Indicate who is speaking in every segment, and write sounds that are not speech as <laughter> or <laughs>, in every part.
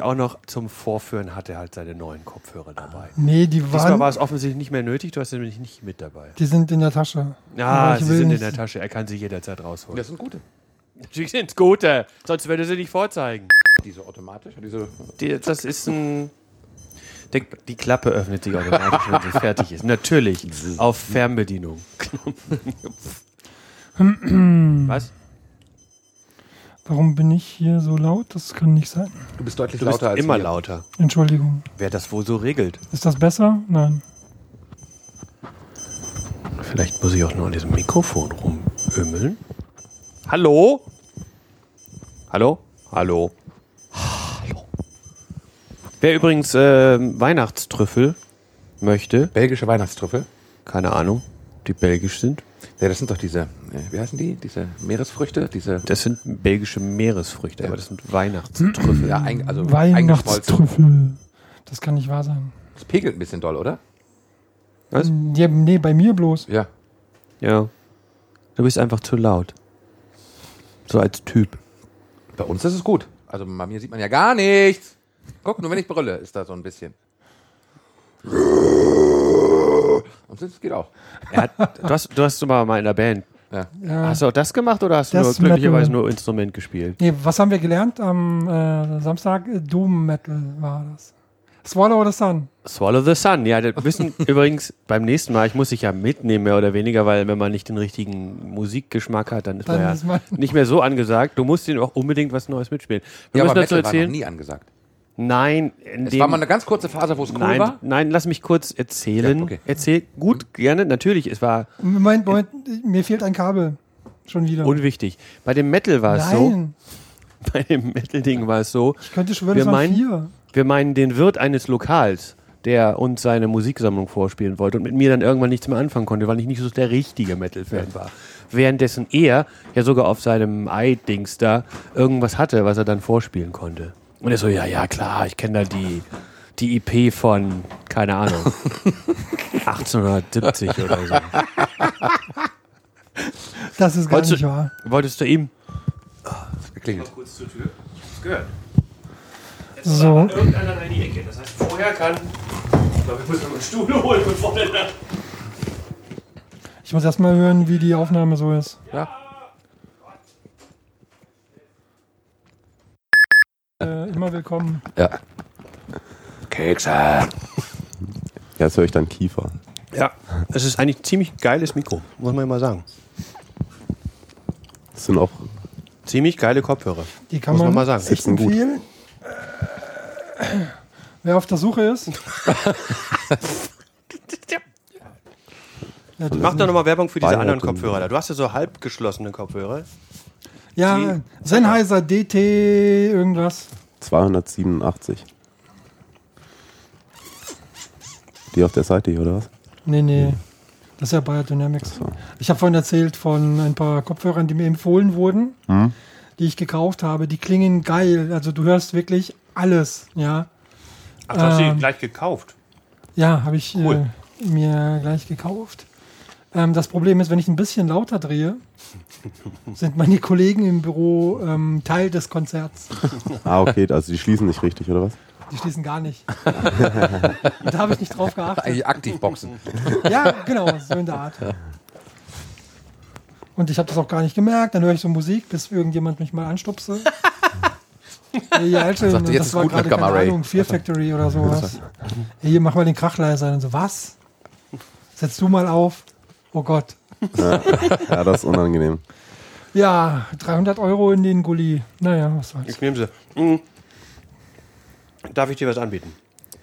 Speaker 1: Auch noch zum Vorführen hat er halt seine neuen Kopfhörer dabei.
Speaker 2: Nee, die
Speaker 1: Diesmal war
Speaker 2: waren.
Speaker 1: es offensichtlich nicht mehr nötig, du hast nämlich nicht mit dabei.
Speaker 2: Die sind in der Tasche.
Speaker 1: Ja,
Speaker 2: Aber Ah, ich
Speaker 1: sie
Speaker 2: will
Speaker 1: sind in
Speaker 2: nicht-
Speaker 1: der Tasche, er kann sie jederzeit rausholen.
Speaker 3: Das sind gute.
Speaker 1: Natürlich sind gute, sonst würde sie nicht vorzeigen.
Speaker 3: Diese automatisch, diese
Speaker 1: Die, das ist ein. Der, die Klappe öffnet sich automatisch, wenn <laughs> sie fertig ist. Natürlich. Auf
Speaker 2: <laughs>
Speaker 1: Fernbedienung. Was?
Speaker 2: Warum bin ich hier so laut? Das kann nicht sein.
Speaker 3: Du bist deutlich
Speaker 1: Du bist
Speaker 3: lauter als
Speaker 1: immer
Speaker 3: wir.
Speaker 1: lauter.
Speaker 2: Entschuldigung.
Speaker 1: Wer das wohl so regelt?
Speaker 2: Ist das besser? Nein.
Speaker 1: Vielleicht muss ich auch nur an diesem Mikrofon rumümmeln. Hallo? Hallo? Hallo? Hallo. Wer übrigens ähm, Weihnachtstrüffel möchte,
Speaker 3: Belgische Weihnachtstrüffel.
Speaker 1: keine Ahnung, die belgisch sind,
Speaker 3: Ja, das sind doch diese, äh, wie heißen die? Diese Meeresfrüchte, diese
Speaker 1: das sind belgische Meeresfrüchte, aber das sind
Speaker 2: Hm.
Speaker 1: Weihnachtstrüffel.
Speaker 3: ja, ein, also eingeschmolzen.
Speaker 2: Weihnachtstrüffel. Das kann nicht wahr sein.
Speaker 3: Das pegelt ein bisschen doll, oder?
Speaker 1: Was?
Speaker 2: Ja, nee, bei mir bloß.
Speaker 3: Ja.
Speaker 1: Ja. Du bist einfach zu laut. So als Typ.
Speaker 3: Bei uns ist es gut. Also bei mir sieht man ja gar nichts. Guck, nur wenn ich brülle, ist da so ein bisschen. Und das geht auch.
Speaker 1: Er hat, du, hast, du hast mal in der Band.
Speaker 3: Ja.
Speaker 2: Ja.
Speaker 1: Hast du auch das gemacht oder hast du
Speaker 2: Das
Speaker 1: nur glücklicherweise
Speaker 2: Metal.
Speaker 1: nur Instrument gespielt?
Speaker 2: Nee, was haben wir gelernt am äh, Samstag? Äh, Doom Metal war das. Swallow the Sun.
Speaker 1: Swallow the Sun. Ja, das
Speaker 3: <laughs>
Speaker 1: wissen übrigens beim nächsten Mal, ich muss dich ja mitnehmen, mehr oder weniger, weil wenn man nicht den richtigen Musikgeschmack hat, dann ist
Speaker 2: Dann
Speaker 1: man ja
Speaker 2: ist man-
Speaker 1: nicht mehr so angesagt. Du musst ihnen auch unbedingt was Neues mitspielen. Wir
Speaker 3: Ja,
Speaker 1: müssen
Speaker 3: aber
Speaker 1: dazu
Speaker 3: Metal war noch
Speaker 1: erzählen.
Speaker 3: nie angesagt.
Speaker 1: Nein, in
Speaker 3: Es
Speaker 1: dem
Speaker 3: war mal eine ganz kurze Phase, wo es cool
Speaker 1: nein,
Speaker 3: war.
Speaker 1: nein, lass mich kurz erzählen.
Speaker 3: Ja, okay. Mhm.
Speaker 1: Erzähl gut, gerne, natürlich, es war
Speaker 2: Moment, Moment, mir fehlt ein Kabel. Schon wieder.
Speaker 1: unwichtig. Bei dem Metal war es so,
Speaker 2: Nein,
Speaker 1: <laughs> bei dem Metal-Ding war es so,
Speaker 2: ich könnte schwören,
Speaker 1: Wir
Speaker 2: es waren
Speaker 1: meinen-
Speaker 2: vier.
Speaker 1: Wir meinen den Wirt eines Lokals, der uns seine Musiksammlung vorspielen wollte und mit mir dann irgendwann nichts mehr anfangen konnte, weil ich nicht so der richtige Metal-Fan war. Währenddessen er ja sogar auf seinem Ei-Dings da irgendwas hatte, was er dann vorspielen konnte. Und er so, ja, ja, klar, ich kenne da die, die IP von, keine Ahnung, 1870 oder so.
Speaker 2: Das ist gar
Speaker 1: Wolltest
Speaker 2: nicht
Speaker 1: du-
Speaker 2: wahr.
Speaker 1: Wolltest du ihm?
Speaker 3: Es geklingelt.
Speaker 1: Kurz zur Tür. Das gehört.
Speaker 2: So,
Speaker 1: Irgendeiner in die Ecke. Das heißt, vorher kann. Ich glaube, wir müssen einen Stuhl <laughs> holen, bevor der da.
Speaker 2: ich muss erstmal hören, wie die Aufnahme so ist.
Speaker 3: Ja.
Speaker 2: Äh, immer willkommen.
Speaker 3: Ja. Kekse.
Speaker 4: Ja, jetzt höre ich dann Kiefer.
Speaker 1: Ja, es ist eigentlich ein ziemlich geiles Mikro, muss man immer sagen.
Speaker 4: Das sind auch
Speaker 1: Ziemlich geile Kopfhörer.
Speaker 2: Die kann
Speaker 1: Muss man
Speaker 2: man,
Speaker 1: mal
Speaker 4: <laughs>
Speaker 1: sagen.
Speaker 2: echt
Speaker 4: Echt gut.
Speaker 2: empfehlen. Äh, Wer auf der Suche ist,
Speaker 1: Mach doch nochmal Werbung für diese
Speaker 4: Beide
Speaker 1: anderen
Speaker 4: Open.
Speaker 1: Kopfhörer da. Du hast ja so halbgeschlossene Kopfhörer.
Speaker 2: ja, Sennheiser DT irgendwas.
Speaker 4: 287. Die auf der Seite hier, oder was?
Speaker 2: Nee,
Speaker 1: Hm.
Speaker 2: nee. Das ist ja Biodynamics. Ich habe vorhin erzählt von ein paar Kopfhörern, die mir empfohlen wurden,
Speaker 1: Hm.
Speaker 2: die ich gekauft habe. Die klingen geil. Also du hörst wirklich alles. Ja,
Speaker 1: Ach, du hast sie
Speaker 2: Ähm.
Speaker 1: gleich gekauft.
Speaker 2: ja habe ich
Speaker 1: Cool.
Speaker 2: äh, mir gleich gekauft. Ähm, das Problem ist, wenn ich ein bisschen lauter drehe, sind meine Kollegen im Büro ähm, Teil des Konzerts.
Speaker 4: Ah, okay, also die schließen nicht richtig, oder was?
Speaker 2: Die schließen gar nicht. da habe ich nicht drauf geachtet.
Speaker 3: Eigentlich aktiv boxen.
Speaker 2: Ja, genau, so in der Art. Und ich habe das auch gar nicht gemerkt. Dann höre ich so Musik, bis irgendjemand mich mal anstupse.
Speaker 3: <laughs>
Speaker 2: Ey, ihr Alter,
Speaker 3: Sagte, jetzt
Speaker 2: das
Speaker 3: ist
Speaker 2: war
Speaker 3: gut
Speaker 2: gerade,
Speaker 3: mit
Speaker 2: keine
Speaker 3: Gamma Ray.
Speaker 2: Ahnung, Fear Factory oder sowas. Ey, hier, mach mal den Krach leiser. Und so, was? Setz du mal auf. Oh Gott.
Speaker 4: Ja, das ist unangenehm.
Speaker 2: Ja, 300 Euro in den Gulli. Naja, was soll's.
Speaker 1: Ich nehme sie. Mhm. Darf ich dir was anbieten?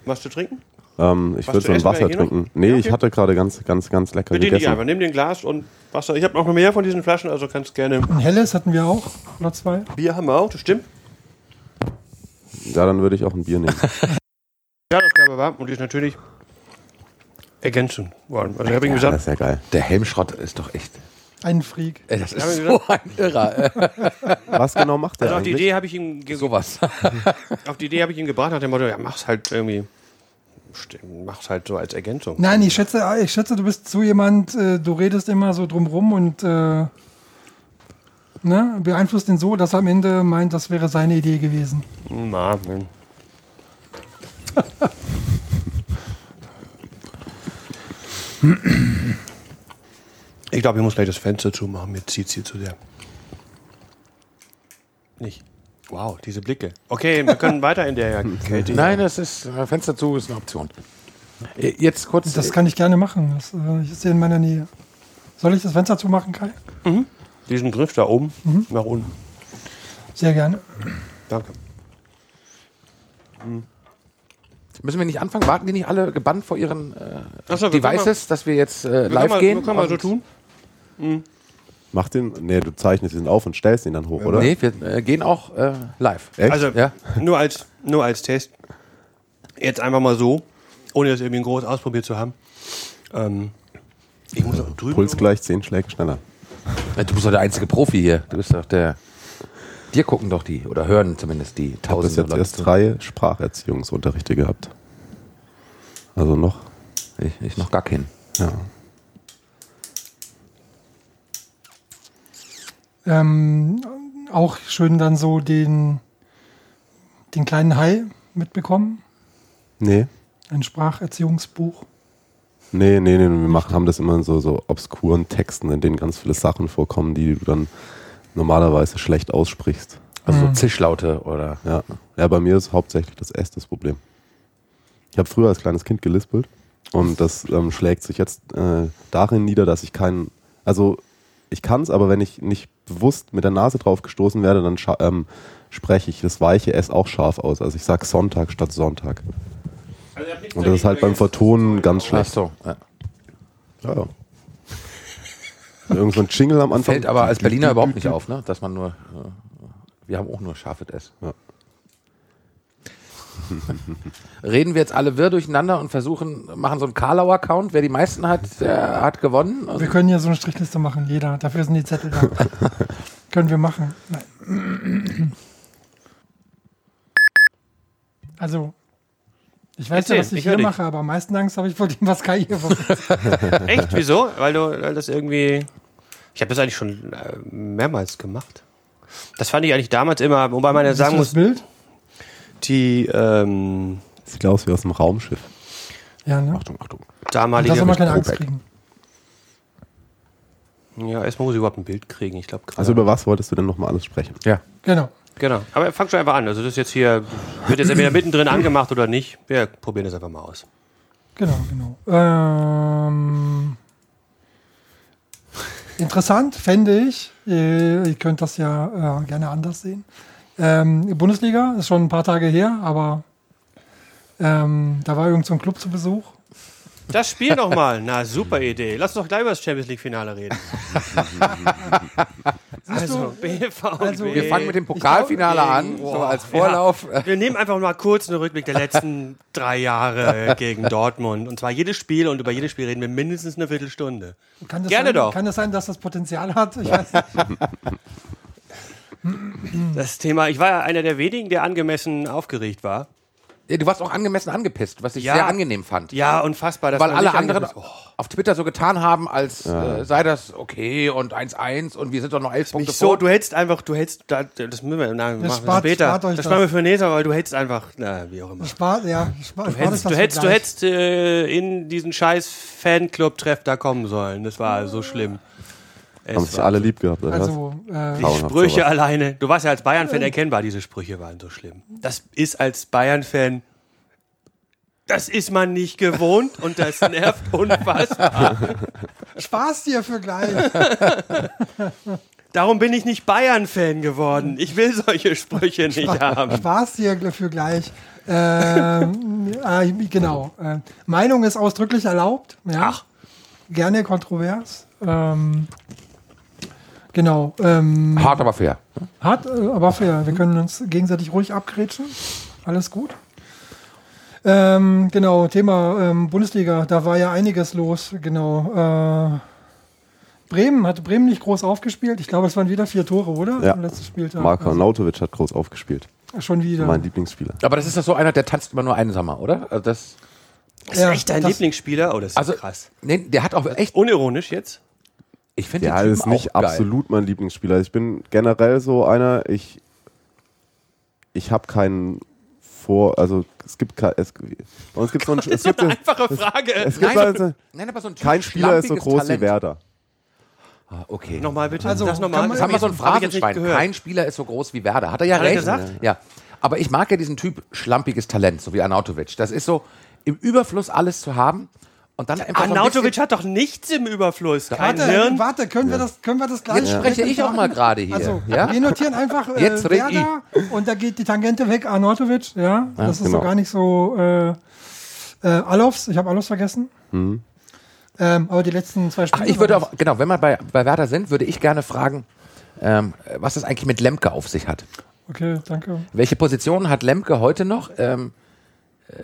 Speaker 1: Was zu trinken?
Speaker 4: Ähm, ich
Speaker 1: Was
Speaker 4: würde
Speaker 1: zu
Speaker 4: so ein
Speaker 1: essen wäre
Speaker 4: Wasser
Speaker 1: hier noch?
Speaker 4: trinken. Nee,
Speaker 1: Ja, okay.
Speaker 4: ich hatte gerade ganz, ganz, ganz lecker
Speaker 1: Bitte nicht einfach.
Speaker 4: gegessen.
Speaker 1: Nimm dir ein Glas und Wasser. Ich habe noch mehr von diesen Flaschen, also kannst gerne.
Speaker 2: Ein helles hatten wir auch, oder zwei.
Speaker 1: Bier haben wir auch, das stimmt.
Speaker 4: Ja, dann würde ich auch ein Bier nehmen.
Speaker 1: Ja, das gab war und die ist natürlich ergänzend worden. Also ich habe ihm
Speaker 4: Ja,
Speaker 1: gesagt,
Speaker 4: das ist ja geil.
Speaker 3: Der Helmschrott ist doch echt.
Speaker 2: Ein Freak.
Speaker 3: Ey, das
Speaker 1: Ja, wie
Speaker 3: ist so ein Irrer. Äh,
Speaker 4: Was genau macht der
Speaker 1: also auf die
Speaker 4: eigentlich?
Speaker 1: Idee habe ich ihm <laughs> ge
Speaker 3: sowas.
Speaker 1: Auf die Idee habe ich ihn gebracht nach dem Motto, ja, mach's halt irgendwie, st- mach's halt so als Ergänzung.
Speaker 2: Nein, ich schätze, ah, ich schätze, du bist so jemand, äh, du redest immer so drumrum und äh, ne, beeinflusst ihn so, dass er am Ende meint, das wäre seine Idee gewesen.
Speaker 1: Na, hm. Ich glaube, ich muss gleich das Fenster zumachen. Mir zieht es hier zu sehr. Nicht. Wow, diese Blicke. Okay, wir können weiter in <laughs> der Kälte.
Speaker 3: Nein, das ist äh, Fenster zu ist eine Option. Äh, Jetzt kurz.
Speaker 2: Das kann ich gerne machen. Das äh, ist hier in meiner Nähe. Soll ich das Fenster zumachen, Kai?
Speaker 1: Diesen Griff da oben nach unten.
Speaker 2: Sehr gerne.
Speaker 1: Danke.
Speaker 3: müssen wir nicht anfangen? Warten die nicht alle gebannt vor ihren äh,
Speaker 1: Achso,
Speaker 3: Devices, dass wir jetzt äh, live gehen?
Speaker 1: Können wir so
Speaker 3: Und-
Speaker 1: tun?
Speaker 4: Mach den. Nee, du zeichnest ihn auf und stellst ihn dann hoch, oder?
Speaker 3: Nee, wir äh, gehen auch äh, live.
Speaker 4: Echt?
Speaker 1: Also
Speaker 3: Ja.
Speaker 1: <laughs> nur, als, nur als Test. Jetzt einfach mal so, ohne das irgendwie groß ausprobiert zu haben. Ähm, ich muss auch drüben.
Speaker 4: Puls gleich, zehn Schläge schneller.
Speaker 3: Äh, Du bist doch der einzige Profi hier. Du bist doch der. Dir gucken doch die oder hören zumindest die
Speaker 4: Ich habe bis
Speaker 3: Tausende
Speaker 4: jetzt erst drei Spracherziehungsunterrichte gehabt. Also noch.
Speaker 3: Ich, ich noch gar keinen.
Speaker 4: Ja.
Speaker 2: Ähm, auch schön dann so den, den kleinen Hai mitbekommen.
Speaker 4: Nee.
Speaker 2: Ein Spracherziehungsbuch.
Speaker 4: Nee, nee, nee, wir machen, haben das immer in so, so obskuren Texten, in denen ganz viele Sachen vorkommen, die du dann normalerweise schlecht aussprichst.
Speaker 3: Also
Speaker 1: Mhm.
Speaker 3: so Zischlaute oder.
Speaker 4: Ja, ja bei mir ist hauptsächlich das S das Problem. Ich habe früher als kleines Kind gelispelt und das ähm, schlägt sich jetzt äh, darin nieder, dass ich keinen, also ich kann es, aber wenn ich nicht bewusst mit der Nase drauf gestoßen werde, dann scha- ähm, spreche ich das weiche S auch scharf aus. Also ich sage Sonntag statt Sonntag. Und das ist halt beim Vertonen ganz
Speaker 3: Ach
Speaker 4: schlecht.
Speaker 3: so. Ja.
Speaker 4: Ja, ja. Irgend so ein Jingle am Anfang.
Speaker 3: Fällt aber als
Speaker 4: <laughs>
Speaker 3: Berliner überhaupt nicht auf, ne? Dass man nur. Äh, wir haben auch nur scharfe S.
Speaker 4: Ja.
Speaker 3: <laughs> Reden wir jetzt alle wirr durcheinander und versuchen, machen so einen Karlauer-Count. Wer die meisten hat, der hat gewonnen.
Speaker 1: Also
Speaker 2: Wir können ja so eine Strichliste machen, jeder. Dafür sind die
Speaker 1: <laughs>
Speaker 2: Zettel da. können wir machen. Nein. Also, ich weiß
Speaker 1: Erzähl,
Speaker 2: ja, was ich,
Speaker 1: ich hör
Speaker 2: hier
Speaker 1: dich.
Speaker 2: mache, aber am meisten Angst habe ich vor dem, was Kai hier macht.
Speaker 1: Echt? Wieso? Weil du weil das irgendwie. Ich habe das eigentlich schon äh, mehrmals gemacht. Das fand ich eigentlich damals immer, wobei man ja sagen muss,
Speaker 2: das Bild?
Speaker 1: die ähm,
Speaker 4: Sieht aus wie aus einem Raumschiff.
Speaker 2: Ja, ne?
Speaker 3: Achtung, Achtung.
Speaker 2: Da soll
Speaker 1: damalige.
Speaker 2: man keine Angst
Speaker 3: Kobeck.
Speaker 2: kriegen.
Speaker 1: Ja, erstmal muss ich überhaupt ein Bild kriegen, ich glaube.
Speaker 4: Also über was wolltest du denn nochmal alles sprechen?
Speaker 3: Ja.
Speaker 2: Genau.
Speaker 1: Genau. Aber fang schon einfach an. Also das ist jetzt hier, wird jetzt entweder mittendrin angemacht oder nicht. Wir probieren das einfach mal aus.
Speaker 2: Genau, genau. Ähm, interessant fände ich, äh, ihr könnt das ja äh, gerne anders sehen. Ähm, Bundesliga ist schon ein paar Tage her, aber ähm, da war irgend so ein Club zu Besuch.
Speaker 1: Das Spiel nochmal. Na, super Idee. Lass uns doch gleich über das Champions League-Finale reden. <laughs> also, BVB.
Speaker 2: also-
Speaker 3: Wir fangen mit dem Pokalfinale an, so als Vorlauf. Äh,
Speaker 1: Wir nehmen einfach mal kurz einen Rückblick der letzten drei
Speaker 3: <laughs>
Speaker 1: Jahre gegen Dortmund. Und zwar jedes Spiel und über jedes Spiel reden wir mindestens eine Viertelstunde.
Speaker 2: Kann das
Speaker 1: Gerne
Speaker 2: sein,
Speaker 1: doch.
Speaker 2: Kann das sein, dass das Potenzial hat? Ich weiß nicht.
Speaker 1: Das Thema, ich war ja einer der wenigen, der angemessen aufgeregt war.
Speaker 3: Ja, du warst auch angemessen angepisst, was ich
Speaker 1: Ja.
Speaker 3: sehr angenehm fand.
Speaker 1: Ja, unfassbar. dass
Speaker 3: Weil
Speaker 1: man
Speaker 3: alle
Speaker 1: nicht
Speaker 3: anderen
Speaker 1: angemessen- Oh.
Speaker 3: auf Twitter so getan haben, als äh, sei das okay und 1-1 und wir sind doch noch 11 Punkte
Speaker 1: Nicht so,
Speaker 3: vor.
Speaker 1: du hältst einfach, du hältst, da- das müssen wir, na, machen wir
Speaker 2: spart-
Speaker 1: später.
Speaker 2: spart euch
Speaker 1: das
Speaker 2: das.
Speaker 1: sparen wir für nächstes Mal, weil du hältst einfach, na, wie auch immer.
Speaker 2: Spar, ja, spar,
Speaker 1: Du hättest, du hättest, du hättest äh, in diesen scheiß Fanclub-Treff da kommen sollen. Das war so schlimm. Es
Speaker 4: Haben sich
Speaker 1: war-
Speaker 4: alle lieb gehabt, oder was?
Speaker 2: Also, äh,
Speaker 1: die
Speaker 4: grauenhaft,
Speaker 1: Sprüche
Speaker 4: sowas.
Speaker 1: alleine. Du warst ja als Bayern-Fan erkennbar, diese Sprüche waren so schlimm. Das ist als Bayern-Fan, das ist man nicht gewohnt und das nervt
Speaker 2: <laughs>
Speaker 1: unfassbar.
Speaker 2: Spaß dir für gleich.
Speaker 1: Darum bin ich nicht Bayern-Fan geworden. Ich will solche Sprüche nicht haben.
Speaker 2: Spaß dir für gleich. Ähm, <laughs> ah, genau. Äh, Meinung ist ausdrücklich erlaubt. Ja.
Speaker 1: Ach.
Speaker 2: Gerne kontrovers. Ähm, genau. Ähm,
Speaker 3: Hart, aber fair.
Speaker 2: hart, äh, aber fair. Wir können uns gegenseitig ruhig abgrätschen. Alles gut. Ähm, genau, Thema ähm, Bundesliga. Da war ja einiges los. Genau. Äh, Bremen hatte Bremen nicht groß aufgespielt. Ich glaube, es waren wieder vier Tore, oder?
Speaker 4: Ja.
Speaker 2: Am letzten Spieltag.
Speaker 4: Marko Nautovic hat groß aufgespielt.
Speaker 2: Schon wieder.
Speaker 4: Mein Lieblingsspieler.
Speaker 3: Aber das ist doch so einer, der tanzt immer nur einen Sommer, oder? Also das,
Speaker 1: Ist
Speaker 2: Ja,
Speaker 1: echt dein
Speaker 2: das-
Speaker 1: Lieblingsspieler? Oh, das ist
Speaker 3: also
Speaker 1: krass. Oh,
Speaker 3: Nee, der hat auch echt.
Speaker 1: Unironisch jetzt?
Speaker 3: Ich finde
Speaker 4: Ja, ist nicht absolut mein Lieblingsspieler. Ich bin generell so einer, ich, ich habe keinen vor, also es gibt kein, es, bei uns gibt's so ein, es
Speaker 3: <laughs>
Speaker 4: gibt so,
Speaker 5: Einfache Frage.
Speaker 4: es gibt
Speaker 3: Nein.
Speaker 4: so,
Speaker 3: Nein, aber so ein
Speaker 4: kein Spieler ist so
Speaker 3: schlampiges
Speaker 4: groß
Speaker 3: Talent.
Speaker 4: wie Werder.
Speaker 3: Ah, Okay.
Speaker 1: Nochmal bitte.
Speaker 2: Also,
Speaker 1: das nochmal.
Speaker 2: kann man-
Speaker 1: Das
Speaker 3: Jetzt haben wir so ein
Speaker 1: hab ich jetzt nicht
Speaker 3: Phrasenschwein.
Speaker 1: gehört.
Speaker 3: Kein Spieler ist so groß wie Werder. Hat er ja
Speaker 1: Hat er
Speaker 3: recht.
Speaker 1: gesagt?
Speaker 3: Ja. Aber ich mag ja diesen Typ schlampiges Talent, so wie Arnautovic. Das ist so, im Überfluss alles zu haben und dann einfach. so ein
Speaker 1: Arnautovic hat doch nichts im Überfluss. Kein
Speaker 2: Warte,
Speaker 1: Hirn.
Speaker 2: warte, können wir das, können wir das gleich
Speaker 3: Jetzt spreche ich auch mal gerade hier,
Speaker 2: Also,
Speaker 3: ja?
Speaker 2: wir notieren einfach äh,
Speaker 3: Jetzt red
Speaker 2: Werder und da geht die Tangente weg, Arnautovic, ja. das ist
Speaker 4: genau.
Speaker 2: so gar nicht so äh, äh, Alofs, ich habe Alofs vergessen. Ähm, aber die letzten zwei Spiele.
Speaker 3: Hm. Ach, ich würde auch, genau, wenn wir bei, bei Werder sind, würde ich gerne fragen, ähm, was es eigentlich mit Lemke auf sich hat.
Speaker 2: Okay, danke.
Speaker 3: Welche Position hat Lemke heute noch? Ähm, äh,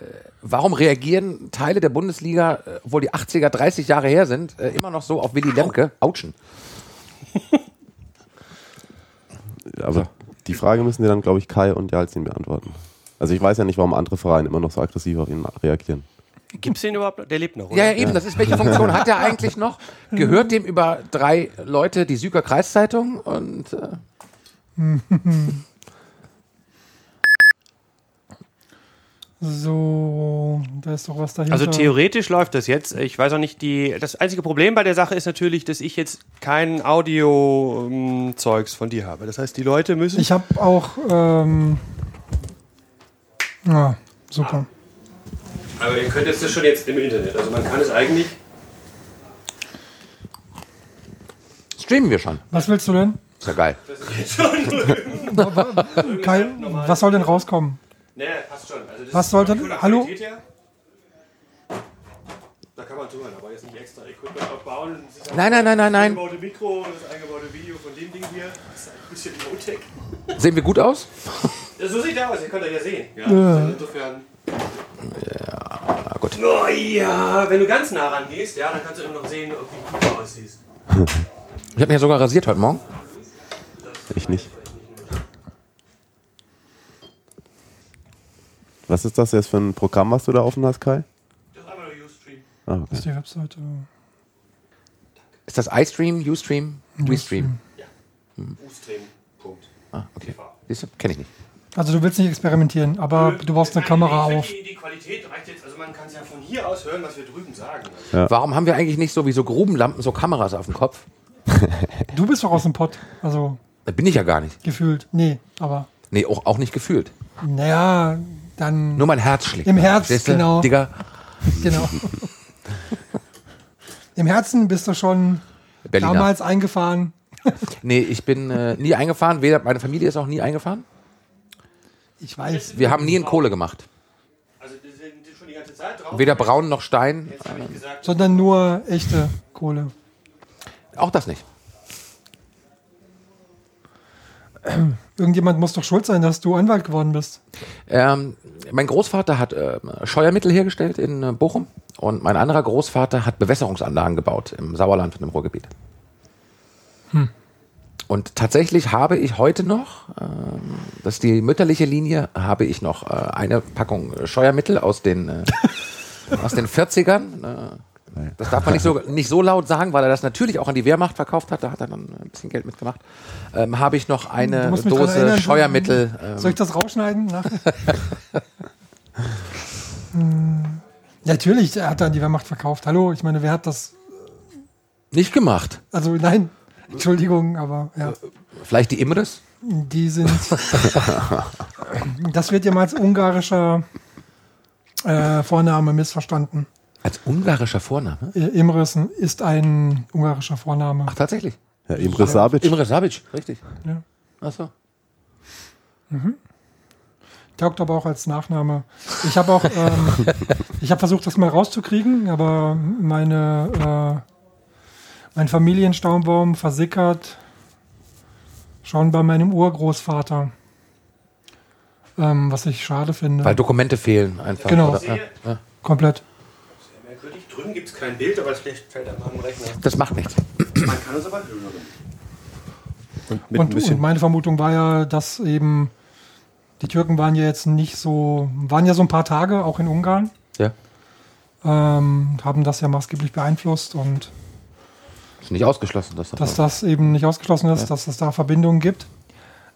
Speaker 3: warum reagieren Teile der Bundesliga, äh, obwohl die 80er 30 Jahre her sind, äh, immer noch so auf Willy Lemke? Autschen.
Speaker 4: Aber die Frage müssen dir dann, glaube ich, Kai und Jalzin beantworten. Also ich weiß ja nicht, warum andere Vereine immer noch so aggressiv auf ihn reagieren.
Speaker 1: Gibt's den überhaupt noch? Der lebt noch, oder?
Speaker 3: Ja, ja, eben. Das ist, welche Funktion hat er eigentlich noch? Gehört dem über drei Leute die Süker Kreiszeitung und äh,
Speaker 2: So, da ist doch was dahinter.
Speaker 1: Also theoretisch läuft das jetzt. Ich weiß auch nicht, die. Das einzige Problem bei der Sache ist natürlich, dass ich jetzt kein Audio-Zeugs von dir habe. Das heißt, die Leute müssen.
Speaker 2: Ich habe auch. Ähm, ja, super.
Speaker 1: Aber ihr könnt es das schon jetzt im Internet. Also man kann es eigentlich.
Speaker 3: streamen wir schon.
Speaker 2: Was willst du denn?
Speaker 3: Ist ja geil.
Speaker 2: Kai, was soll denn rauskommen?
Speaker 1: Nee, passt schon. Also das
Speaker 2: Was
Speaker 1: ist
Speaker 2: sollte-
Speaker 1: von der
Speaker 2: hallo?
Speaker 1: Qualität her- Da kann man drüber, aber jetzt nicht extra Equipment aufbauen. Das ist auch
Speaker 3: Nein, nein, nein, nein,
Speaker 1: Das
Speaker 3: nein.
Speaker 1: eingebaute Mikro und das eingebaute Video von dem Ding hier. Das ist ein bisschen low-tech.
Speaker 3: Sehen wir gut aus?
Speaker 1: Ja, so sieht er aus, ihr könnt das ja sehen. Ja. Also insofern. Ja,
Speaker 3: gut.
Speaker 1: Oh, ja, wenn du ganz nah rangehst, ja, dann kannst du immer noch sehen, wie gut du aussiehst.
Speaker 3: Ich habe mich ja sogar rasiert heute Morgen.
Speaker 4: Ich nicht. Was ist das jetzt für ein Programm, was du da offen hast, Kai?
Speaker 1: Das ist einfach nur Ustream.
Speaker 4: Ah, okay.
Speaker 2: Das ist die Webseite.
Speaker 3: Ist das iStream, Ustream, Restream?
Speaker 1: Ustream. Punkt.
Speaker 3: Ah, okay. Siehst du? Kenn ich nicht.
Speaker 2: Also, du willst nicht experimentieren, aber du brauchst eine
Speaker 1: Ich
Speaker 2: Kamera
Speaker 1: finde,
Speaker 2: auf.
Speaker 1: Die, die Qualität reicht jetzt, also man kann es ja von hier aus hören, was wir drüben sagen.
Speaker 3: Warum haben wir eigentlich nicht so wie so Grubenlampen so Kameras auf dem Kopf?
Speaker 2: Du bist doch aus dem Pott. Also,
Speaker 3: Da bin ich ja gar nicht.
Speaker 2: gefühlt. Nee, aber.
Speaker 3: Nee, auch, auch nicht gefühlt.
Speaker 2: Naja,
Speaker 3: <laughs>
Speaker 2: dann.
Speaker 3: Nur mein Herz schlägt.
Speaker 2: Im Herz,
Speaker 3: Siehst du,
Speaker 2: genau.
Speaker 3: Digga,
Speaker 2: Genau. Im Herzen bist du schon
Speaker 3: Berliner.
Speaker 2: damals eingefahren.
Speaker 3: Nee, ich bin äh, nie eingefahren. Weder, meine Familie ist auch nie eingefahren.
Speaker 2: Ich weiß.
Speaker 3: Wir haben nie in Kohle gemacht.
Speaker 1: Also die sind schon die ganze Zeit drauf.
Speaker 3: Weder Braun noch Stein.
Speaker 1: Jetzt habe ich gesagt,
Speaker 2: Sondern nur echte Kohle.
Speaker 3: Auch das nicht.
Speaker 2: Irgendjemand muss doch schuld sein, dass du Anwalt geworden bist.
Speaker 3: Ähm, mein Großvater hat äh, Scheuermittel hergestellt in äh, Bochum und mein anderer Großvater hat Bewässerungsanlagen gebaut im Sauerland und im Ruhrgebiet.
Speaker 2: Hm.
Speaker 3: Und tatsächlich habe ich heute noch, ähm, das ist die mütterliche Linie, habe ich noch äh, eine Packung Scheuermittel aus
Speaker 2: <laughs>
Speaker 3: den, äh, aus den 40ern. Äh, das darf man nicht so, nicht so laut sagen, weil er das natürlich auch an die Wehrmacht verkauft hat. Da hat er dann ein bisschen Geld mitgemacht. Ähm, habe ich noch eine
Speaker 2: Du musst mich dran
Speaker 3: Dose
Speaker 2: erinnern.
Speaker 3: Scheuermittel. ähm,
Speaker 2: Soll ich das rausschneiden? Nach Hm. Natürlich, er hat dann die Wehrmacht verkauft. Hallo, ich meine, wer hat das?
Speaker 3: nicht gemacht.
Speaker 2: Also nein, Entschuldigung, aber ja,
Speaker 3: Vielleicht die Imres?
Speaker 2: die sind. Das wird ja mal als ungarischer äh, Vorname missverstanden.
Speaker 3: Als ungarischer Vorname?
Speaker 2: Äh, Imre ist ein- ist ein ungarischer Vorname.
Speaker 3: Ach, tatsächlich.
Speaker 4: Ja, Imre Sabic.
Speaker 3: Imre Sabic, richtig.
Speaker 2: Ja.
Speaker 3: Ach so.
Speaker 2: Taugt aber auch als Nachname. Ich habe auch, ähm,
Speaker 3: <laughs>
Speaker 2: ich habe versucht, das mal rauszukriegen, aber meine, äh, mein Familienstaumbaum versickert schon bei meinem Urgroßvater. Ähm, was ich schade finde.
Speaker 3: Weil Dokumente fehlen einfach.
Speaker 2: Genau.
Speaker 3: Oder, ja, ja.
Speaker 2: Komplett.
Speaker 1: merkwürdig, drüben gibt es kein Bild, aber es fällt fällt einem am Rechner.
Speaker 3: Das macht nichts.
Speaker 1: Man kann es aber hören.
Speaker 4: Und
Speaker 2: Und, und meine Vermutung war ja, dass eben die Türken waren ja jetzt nicht so, waren ja so ein paar Tage auch in Ungarn.
Speaker 3: Ja.
Speaker 2: ähm, haben das ja maßgeblich beeinflusst und
Speaker 3: Ist nicht ausgeschlossen, dass
Speaker 2: dass das eben nicht <laughs> ausgeschlossen ist, dass es da Verbindungen gibt.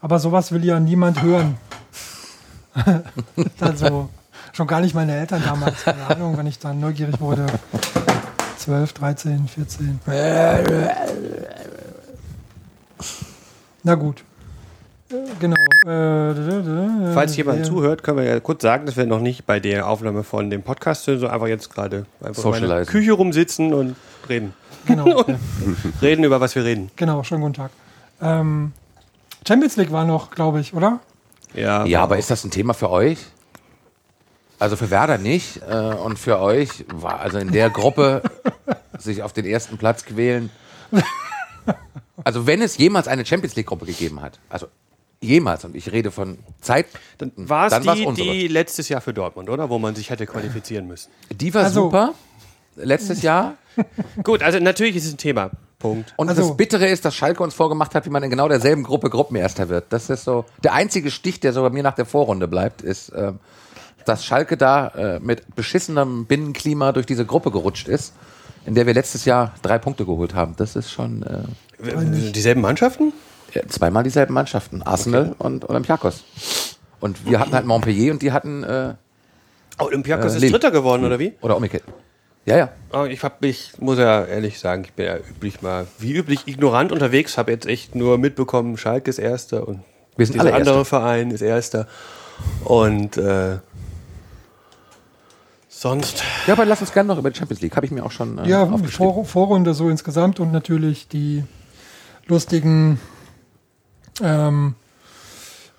Speaker 2: Aber sowas will ja niemand hören. dann so, Also, schon gar nicht meine Eltern damals, keine Ahnung, wenn ich dann neugierig wurde. 12, 13, 14. Na gut. Äh, Genau. äh,
Speaker 1: Falls jemand
Speaker 2: wir-
Speaker 1: zuhört, können wir ja kurz sagen, dass wir noch nicht bei der Aufnahme von dem Podcast sind, sondern einfach jetzt gerade einfach in meiner
Speaker 3: Socializen.
Speaker 1: Küche rumsitzen und reden.
Speaker 2: Genau,
Speaker 1: Reden über was wir reden.
Speaker 2: genau, schönen guten Tag. Ähm, Champions League war noch, glaube ich, oder?
Speaker 1: Ja,
Speaker 3: Ja, aber ist das ein Thema für euch? Also für Werder nicht äh, und für euch war also in der
Speaker 2: <laughs>
Speaker 3: Gruppe sich auf den ersten Platz quälen. Also wenn es jemals eine Champions League Gruppe gegeben hat, also jemals und ich rede von Zeit,
Speaker 1: dann war es
Speaker 3: dann war's
Speaker 1: die,
Speaker 3: unsere.
Speaker 1: die letztes Jahr für Dortmund, oder? Wo man sich hätte qualifizieren müssen.
Speaker 3: die war
Speaker 2: Also- Mhm.
Speaker 3: super letztes Jahr
Speaker 1: Gut, also natürlich ist es ein Thema. Punkt.
Speaker 3: und
Speaker 2: Also-
Speaker 3: das Bittere ist, dass Schalke uns vorgemacht hat, wie man in genau derselben Gruppe Gruppenerster wird. Das ist so der einzige Stich, der so bei mir nach der Vorrunde bleibt, ist ähm, dass Schalke da äh, mit beschissenem Binnenklima durch diese Gruppe gerutscht ist, in der wir letztes Jahr drei Punkte geholt haben. Das ist schon äh,
Speaker 1: Dieselben Mannschaften?
Speaker 3: ja, zweimal dieselben Mannschaften, Arsenal und Olympiakos. Und wir hatten halt Montpellier und die hatten äh,
Speaker 1: Olympiakos
Speaker 3: Äh,
Speaker 1: ist
Speaker 3: Lille.
Speaker 1: Dritter geworden, oder wie?
Speaker 3: oder umgekehrt. Ja, ja.
Speaker 1: Oh, ich, hab, ich muss ja ehrlich sagen, ich bin ja üblich mal, wie üblich, ignorant unterwegs. Habe jetzt echt nur mitbekommen, Schalke ist Erster und
Speaker 3: Wir sind
Speaker 1: dieser
Speaker 3: alle
Speaker 1: andere
Speaker 3: Erster.
Speaker 1: Verein ist Erster. Und äh, sonst
Speaker 3: Ja, aber lass uns gerne noch über die Champions League. Habe ich mir auch schon äh,
Speaker 2: Ja,
Speaker 3: aufgeschrieben.
Speaker 2: Vor Vorrunde so insgesamt und natürlich die lustigen ähm,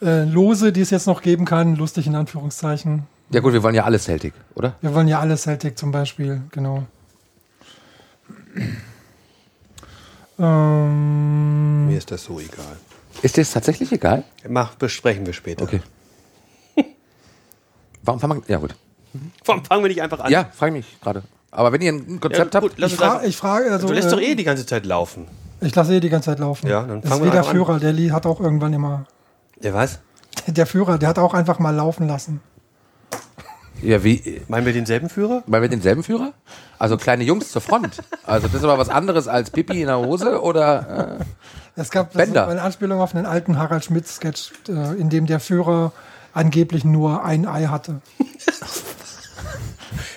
Speaker 2: äh, Lose, die es jetzt noch geben kann, lustig in Anführungszeichen.
Speaker 3: Ja gut, wir wollen ja alle Celtic, oder?
Speaker 2: Wir wollen ja alle Celtic zum Beispiel, genau. Ähm,
Speaker 1: mir ist das so egal.
Speaker 3: Ist dir das tatsächlich egal?
Speaker 1: Mach, besprechen wir später.
Speaker 3: Okay. <laughs> Warum fangen wir? Ja gut.
Speaker 1: Warum fangen wir nicht einfach an?
Speaker 3: Ja, frage ich mich gerade. Aber wenn ihr ein
Speaker 1: Ja,
Speaker 3: Konzept
Speaker 1: gut,
Speaker 3: habt,
Speaker 1: lass
Speaker 2: ich,
Speaker 1: uns
Speaker 2: fra
Speaker 1: einfach,
Speaker 2: ich frage, also
Speaker 1: du lässt
Speaker 2: äh,
Speaker 1: doch eh die ganze Zeit laufen.
Speaker 2: ich lasse eh die ganze Zeit laufen.
Speaker 1: Ja, dann
Speaker 2: das
Speaker 1: fangen wir
Speaker 2: ist wie der
Speaker 1: einfach an.
Speaker 2: Führer, der Lee hat auch irgendwann immer, <laughs>
Speaker 1: Ja, was?
Speaker 2: der Führer, der hat auch einfach mal laufen lassen.
Speaker 3: ja wie,
Speaker 1: Meinen wir denselben Führer?
Speaker 3: weil wir denselben Führer? Also kleine Jungs zur Front. Also das ist aber was anderes als Pipi in der Hose oder äh,
Speaker 2: Es gab das
Speaker 3: Bender.
Speaker 2: war eine Anspielung auf einen alten Harald Schmidt-Sketch, äh, in dem der Führer angeblich nur ein Ei hatte.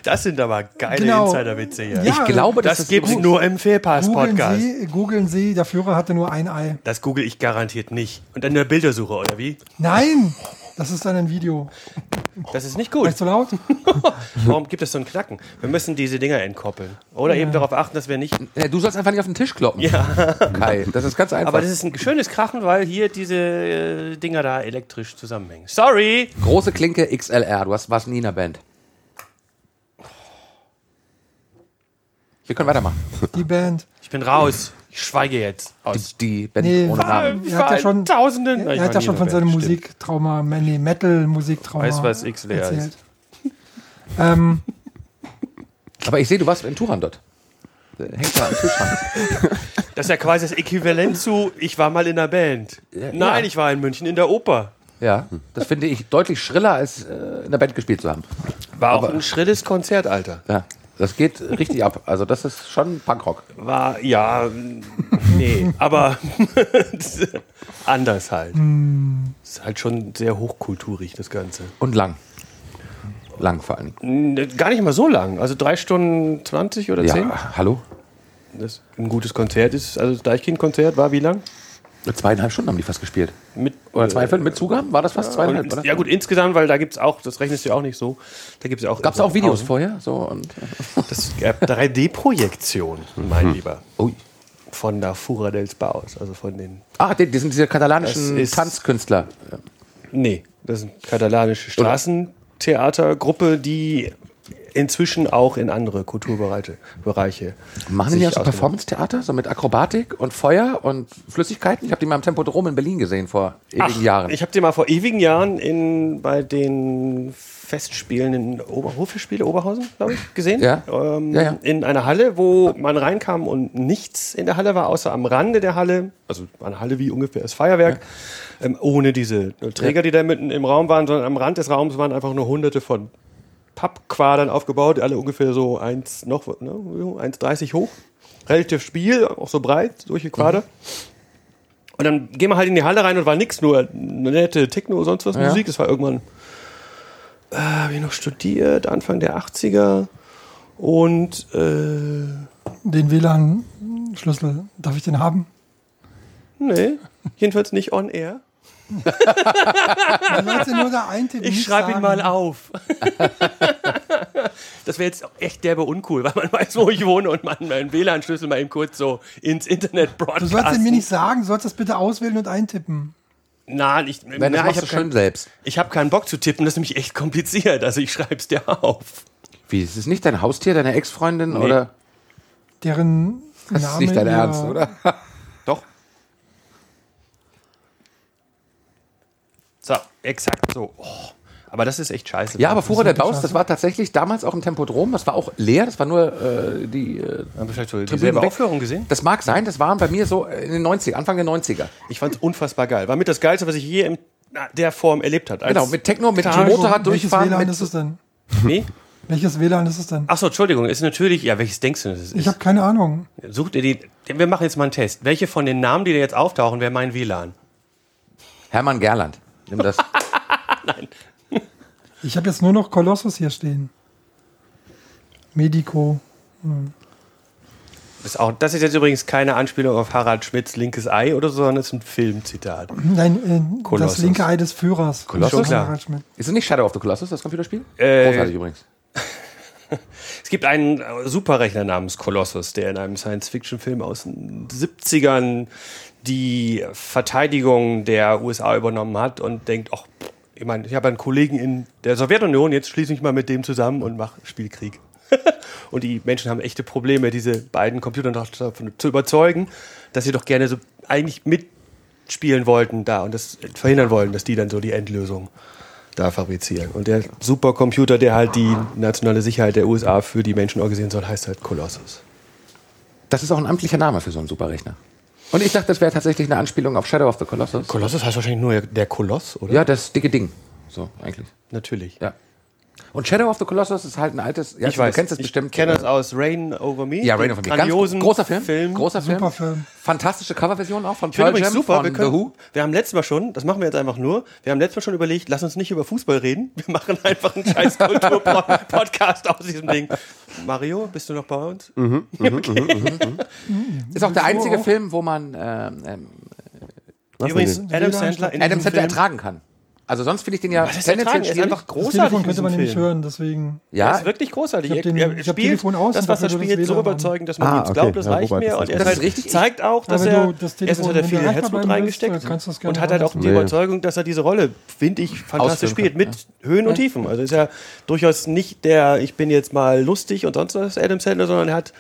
Speaker 1: Das sind aber geile
Speaker 2: Genau.
Speaker 1: Insiderwitze hier.
Speaker 2: Ja,
Speaker 3: ich glaube, dass
Speaker 1: das
Speaker 3: das
Speaker 1: gibt's nur im
Speaker 2: Googeln
Speaker 1: Fehlpass-Podcast.
Speaker 2: Sie, googeln Sie, der Führer hatte nur ein Ei.
Speaker 1: Das google ich garantiert nicht. Und dann der Bildersuche, oder wie?
Speaker 2: Nein, das ist dann ein Video.
Speaker 1: Das ist nicht
Speaker 2: War
Speaker 1: gut.
Speaker 2: ich zu laut?
Speaker 1: Warum gibt es so einen Knacken? Wir müssen diese Dinger entkoppeln. Oder eben darauf achten, dass wir nicht.
Speaker 3: Ja, du sollst einfach nicht auf den Tisch kloppen. Kai, das ist ganz einfach.
Speaker 1: Aber das ist ein schönes Krachen, weil hier diese äh, Dinger da elektrisch zusammenhängen. Sorry!
Speaker 3: Große Klinke XLR, du hast, warst nie in der Band. Wir können weitermachen.
Speaker 2: Die
Speaker 1: <laughs>
Speaker 2: Band.
Speaker 1: Ich bin raus. Ich schweige jetzt. Aus.
Speaker 3: Die, die Band
Speaker 2: Nee.
Speaker 3: ohne Namen.
Speaker 1: Ich
Speaker 2: Er hat ja schon-
Speaker 1: Tausenden.
Speaker 2: Er hat ja schon von seinem Musiktrauma, nee, Metal-Musiktrauma
Speaker 1: Weiß, was X leer
Speaker 2: erzählt. Ähm,
Speaker 3: Aber ich sehe, du warst in Turan dort. Äh, Hängt da am Tisch an.
Speaker 1: Das ist ja quasi das Äquivalent zu, ich war mal in der Band. Nein,
Speaker 3: ja.
Speaker 1: ich war in München in der Oper.
Speaker 3: <laughs> Ja, das finde ich deutlich schriller, als äh, in der Band gespielt zu haben.
Speaker 1: War auch ein schrilles Konzert, Alter.
Speaker 3: Ja, das geht richtig ab. Also das ist schon Punkrock.
Speaker 1: War, ja, nee, aber <laughs> anders halt.
Speaker 3: Hm.
Speaker 1: Ist halt schon sehr hochkulturig, das Ganze.
Speaker 3: Und lang. Lang vor allen Dingen.
Speaker 1: Gar nicht mal so lang. Also drei Stunden 20 oder 10.
Speaker 3: Ja, hallo?
Speaker 1: Das ein gutes Konzert ist. Also das Deichkind-Konzert war wie lang?
Speaker 3: Zweieinhalb Stunden haben die fast gespielt.
Speaker 1: Mit,
Speaker 3: Oder zweieinhalb mit Zugaben? War das fast zweieinhalb?
Speaker 1: und,
Speaker 3: Oder?
Speaker 1: ja gut, insgesamt, weil da gibt es auch, das rechnest du ja auch nicht so, da gibt es auch...
Speaker 3: Gab es auch Videos
Speaker 1: Pausen.
Speaker 3: vorher? So und,
Speaker 1: Das gab 3D-Projektion, mein
Speaker 3: Hm.
Speaker 1: Lieber.
Speaker 3: Ui.
Speaker 1: Von der Fura dels Baus, also von den...
Speaker 3: Ah, die, die sind diese
Speaker 1: Das
Speaker 3: katalanischen
Speaker 1: ist-
Speaker 3: Tanzkünstler.
Speaker 1: Nee, das sind katalanische Straßentheatergruppe, die inzwischen auch in andere Kulturbereiche Bereiche
Speaker 3: Machen die
Speaker 1: sich
Speaker 3: ja so
Speaker 1: ausdehnen.
Speaker 3: Performance-Theater, so mit Akrobatik und Feuer und Flüssigkeiten? Ich habe die mal im Tempodrom in Berlin gesehen vor ewigen
Speaker 1: Ach,
Speaker 3: Jahren.
Speaker 1: Ich habe die mal vor ewigen Jahren in, bei den Festspielen in Oberhofespiele, Oberhausen, glaube ich, gesehen.
Speaker 3: Ja.
Speaker 1: Ähm,
Speaker 3: Ja, ja.
Speaker 1: In einer Halle, wo man reinkam und nichts in der Halle war, außer am Rande der Halle, also eine Halle wie ungefähr das Feuerwerk, ähm, ohne diese Träger, die da mitten im Raum waren, sondern am Rand des Raums waren einfach nur hunderte von Pappquadern aufgebaut, alle ungefähr so 1, noch, ne, 1,30 hoch. Relativ spiel, auch so breit, solche Quader.
Speaker 3: Mhm.
Speaker 1: Und dann gehen wir halt in die Halle rein und war nix, nur eine nette Techno, sonst was Musik. Das war irgendwann äh, habe ich noch studiert, Anfang der 80er. Und äh,
Speaker 2: Den WLAN-Schlüssel, darf ich den haben?
Speaker 1: nee, jedenfalls nicht on air.
Speaker 2: Dann lass ihn nur da ein, den
Speaker 1: Ich
Speaker 2: nicht
Speaker 1: schreibe ihn
Speaker 2: sagen.
Speaker 1: mal auf. <laughs> das wäre jetzt echt derbe uncool, weil man weiß, wo ich wohne und man meinen WLAN-Schlüssel mal eben kurz so ins Internet
Speaker 2: Du
Speaker 1: broadcast.
Speaker 2: sollst ihn mir nicht sagen, du sollst das bitte auswählen und eintippen.
Speaker 1: Nein, ich,
Speaker 3: Nein, das
Speaker 1: na, ich
Speaker 3: machst
Speaker 1: habe
Speaker 3: du schön
Speaker 1: kein,
Speaker 3: selbst.
Speaker 1: ich hab keinen Bock zu tippen, das ist nämlich echt kompliziert. Also ich schreibe es dir auf.
Speaker 3: Wie, ist es nicht dein Haustier, deine Ex-Freundin oder?
Speaker 2: Deren Name.
Speaker 3: Das ist nicht dein
Speaker 2: ihr-
Speaker 3: Ernst, oder?
Speaker 1: Doch. So, exakt so. Oh, aber das ist echt scheiße.
Speaker 3: Ja, aber Fuhrer der Baus, das war tatsächlich damals auch im Tempodrom, das war auch leer, das war nur äh, die. Äh,
Speaker 1: haben wir vielleicht halt so
Speaker 3: Tribünen
Speaker 1: dieselbe
Speaker 3: weg.
Speaker 1: Aufführung gesehen?
Speaker 3: Das mag sein, das waren bei mir so in den 90er, Anfang der 90er.
Speaker 1: Ich fand es unfassbar geil. War mit das Geilste, was ich je in der Form erlebt habe.
Speaker 3: Genau, mit Techno, mit
Speaker 1: Klar,
Speaker 3: Motorrad
Speaker 2: Welches
Speaker 3: durchfahren.
Speaker 2: WLAN
Speaker 3: Mit,
Speaker 2: ist es denn?
Speaker 1: Nee?
Speaker 2: Welches WLAN ist es denn?
Speaker 1: Achso, Entschuldigung, ist natürlich. Ja, welches denkst du, das ist?
Speaker 2: Ich habe keine Ahnung.
Speaker 1: Such dir die. Wir machen jetzt mal einen Test. Welche von den Namen, die da jetzt auftauchen, wäre mein WLAN?
Speaker 3: Hermann Gerland. Nimm das.
Speaker 2: Ich habe jetzt nur noch Kolossus hier stehen. Medico.
Speaker 1: Ist auch, das ist jetzt übrigens keine Anspielung auf Harald Schmidts linkes Ei oder so, sondern ist ein Filmzitat.
Speaker 2: Nein, äh, das
Speaker 1: Kolossus.
Speaker 2: linke Ei des Führers.
Speaker 3: Kolossus?
Speaker 2: Von
Speaker 1: Klar.
Speaker 2: Harald Schmidt.
Speaker 3: <laughs> Ist es nicht Shadow of the Colossus, das Computerspiel?
Speaker 1: Äh,
Speaker 3: Großartig übrigens.
Speaker 1: Es gibt einen äh, Superrechner namens Colossus, der in einem Science-Fiction-Film aus den 70ern die Verteidigung der USA übernommen hat und denkt, ach, pff, ich meine, ich habe einen Kollegen in der Sowjetunion, jetzt schließe ich mal mit dem zusammen und mache Spielkrieg. und die Menschen haben echte Probleme, diese beiden Computer noch davon zu überzeugen, dass sie doch gerne so eigentlich mitspielen wollten da und das verhindern wollen, dass die dann so die Endlösung da fabrizieren. Und der Supercomputer, der halt die nationale Sicherheit der USA für die Menschen organisieren soll, heißt halt Colossus.
Speaker 3: Das ist auch ein amtlicher Name für so einen Superrechner. Und ich dachte, das wäre tatsächlich eine Anspielung auf Shadow of the Colossus.
Speaker 1: Colossus heißt wahrscheinlich nur der Koloss, oder?
Speaker 3: ja, das dicke Ding. So, eigentlich.
Speaker 1: natürlich.
Speaker 3: Ja. Und Shadow of the Colossus ist halt ein altes. Ja, Du kennst es bestimmt.
Speaker 1: Ich kenne das aus Rain Over Me.
Speaker 3: Ja, Rain of the Ganz
Speaker 1: Grandiosen
Speaker 3: großer Film.
Speaker 1: Film.
Speaker 3: Großer Film.
Speaker 2: Super Film.
Speaker 3: Fantastische Coverversion auch von
Speaker 1: Ich finde
Speaker 3: Pearl
Speaker 1: übrigens
Speaker 3: Jam,
Speaker 1: super, wir,
Speaker 3: von The
Speaker 1: können,
Speaker 3: Who.
Speaker 1: wir haben letztes Mal schon, das machen wir jetzt einfach nur, wir haben letztes Mal schon überlegt, lass uns nicht über Fußball reden, wir machen einfach einen <laughs> scheiß Kultur-Podcast aus diesem Ding. Mario, bist du noch bei uns?
Speaker 2: Mhm.
Speaker 3: Ist auch der einzige Film, wo man ähm, ähm,
Speaker 1: Übrigens,
Speaker 4: denn
Speaker 1: Adam Sandler in
Speaker 3: Adam
Speaker 1: diesem
Speaker 3: Sandler
Speaker 1: Film-
Speaker 3: ertragen kann. Also sonst finde ich den ja
Speaker 1: Was ist ertragen? Er ist
Speaker 3: schwierig.
Speaker 1: einfach
Speaker 2: Das
Speaker 1: großartig.
Speaker 2: Telefon
Speaker 1: in
Speaker 2: könnte
Speaker 1: diesem
Speaker 2: man nämlich
Speaker 1: Film.
Speaker 2: hören, deswegen.
Speaker 3: ja,
Speaker 1: Das ist wirklich großartig.
Speaker 2: Ich hab den-
Speaker 1: er er
Speaker 2: ich hab
Speaker 1: spielt
Speaker 2: Telefon aus
Speaker 1: das,
Speaker 2: und
Speaker 1: was er
Speaker 2: dafür wird
Speaker 1: spielt,
Speaker 2: das
Speaker 1: so
Speaker 2: WLAN an.
Speaker 1: überzeugend, dass man
Speaker 4: Ah,
Speaker 1: nichts glaubt.
Speaker 4: okay.
Speaker 1: Das
Speaker 4: Ja,
Speaker 1: reicht
Speaker 4: wobei,
Speaker 1: mir.
Speaker 4: das
Speaker 1: Und
Speaker 4: ist
Speaker 1: er ist
Speaker 4: das
Speaker 1: halt
Speaker 3: richtig.
Speaker 1: zeigt auch, dass
Speaker 2: wenn
Speaker 1: er
Speaker 2: du das
Speaker 1: erstens hat er
Speaker 2: Telefon
Speaker 1: viel
Speaker 2: nicht erreichbar
Speaker 1: Herzblut
Speaker 2: bleiben willst,
Speaker 1: reingesteckt
Speaker 2: dann kannst du das
Speaker 1: und
Speaker 2: gerne
Speaker 1: hat halt auch
Speaker 2: machen.
Speaker 1: die
Speaker 4: Nee.
Speaker 1: Überzeugung, dass er diese Rolle, finde ich, fantastisch
Speaker 3: Ausführen
Speaker 1: spielt.
Speaker 3: kann,
Speaker 1: Mit Höhen und Tiefen. Also ist er durchaus nicht der, ich bin jetzt mal lustig und sonst was Adam Sandler, sondern er hat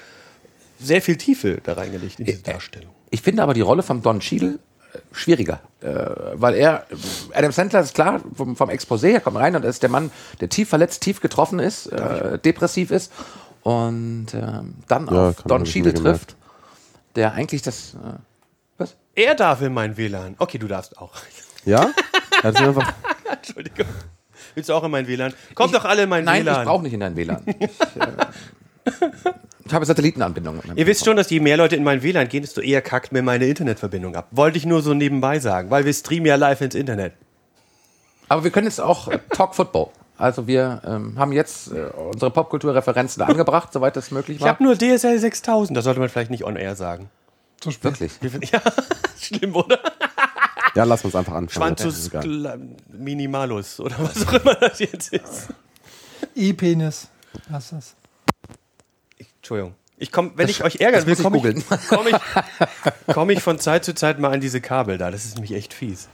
Speaker 1: sehr viel Tiefe da reingelegt in diese Darstellung.
Speaker 3: Ich finde aber die Rolle von Don Cheadle äh, schwieriger, äh, weil er, Adam Sandler ist klar, vom, vom Exposé her kommt rein und er ist der Mann, der tief verletzt, tief getroffen ist, äh, depressiv ist und ähm, dann auf
Speaker 4: kann,
Speaker 3: Don
Speaker 4: hab ich
Speaker 3: Cheadle
Speaker 4: mir gemerkt.
Speaker 3: trifft, der eigentlich das, äh, was?
Speaker 1: Er darf in mein WLAN. Okay, du darfst auch. <laughs>
Speaker 4: Ja? Er hat sich einfach
Speaker 1: Entschuldigung. Willst du auch in mein WLAN? Kommt doch alle in mein
Speaker 3: Nein,
Speaker 1: WLAN.
Speaker 3: ich brauche nicht in
Speaker 1: <laughs>
Speaker 3: dein WLAN. Ich, äh, ich habe Satellitenanbindung. mit meinem
Speaker 1: Ihr wisst schon, dass je mehr Leute in mein WLAN gehen, desto eher kackt mir meine Internetverbindung ab. Wollte ich nur so nebenbei sagen, weil wir streamen ja live ins Internet.
Speaker 3: Aber wir können jetzt auch äh, Talk Football. Also wir ähm, haben jetzt äh, unsere Popkulturreferenzen da angebracht, soweit das möglich
Speaker 1: Ich
Speaker 3: war.
Speaker 1: habe nur DSL 6000, das sollte man vielleicht nicht on air sagen.
Speaker 2: Zu spät.
Speaker 3: Wirklich.
Speaker 1: Ja, schlimm, oder?
Speaker 4: Ja, lass uns einfach anfangen. Das
Speaker 1: Quantus
Speaker 4: ist egal.
Speaker 1: Gla- Minimalus oder was auch immer das jetzt ist.
Speaker 2: E-Penis. Das ist.
Speaker 1: Ich, Entschuldigung. Ich komm, wenn ich euch ärgern will,
Speaker 3: muss ich
Speaker 1: komme ich,
Speaker 3: googeln.
Speaker 1: komm ich, komm ich von Zeit zu Zeit mal an diese Kabel da. Das ist nämlich echt fies.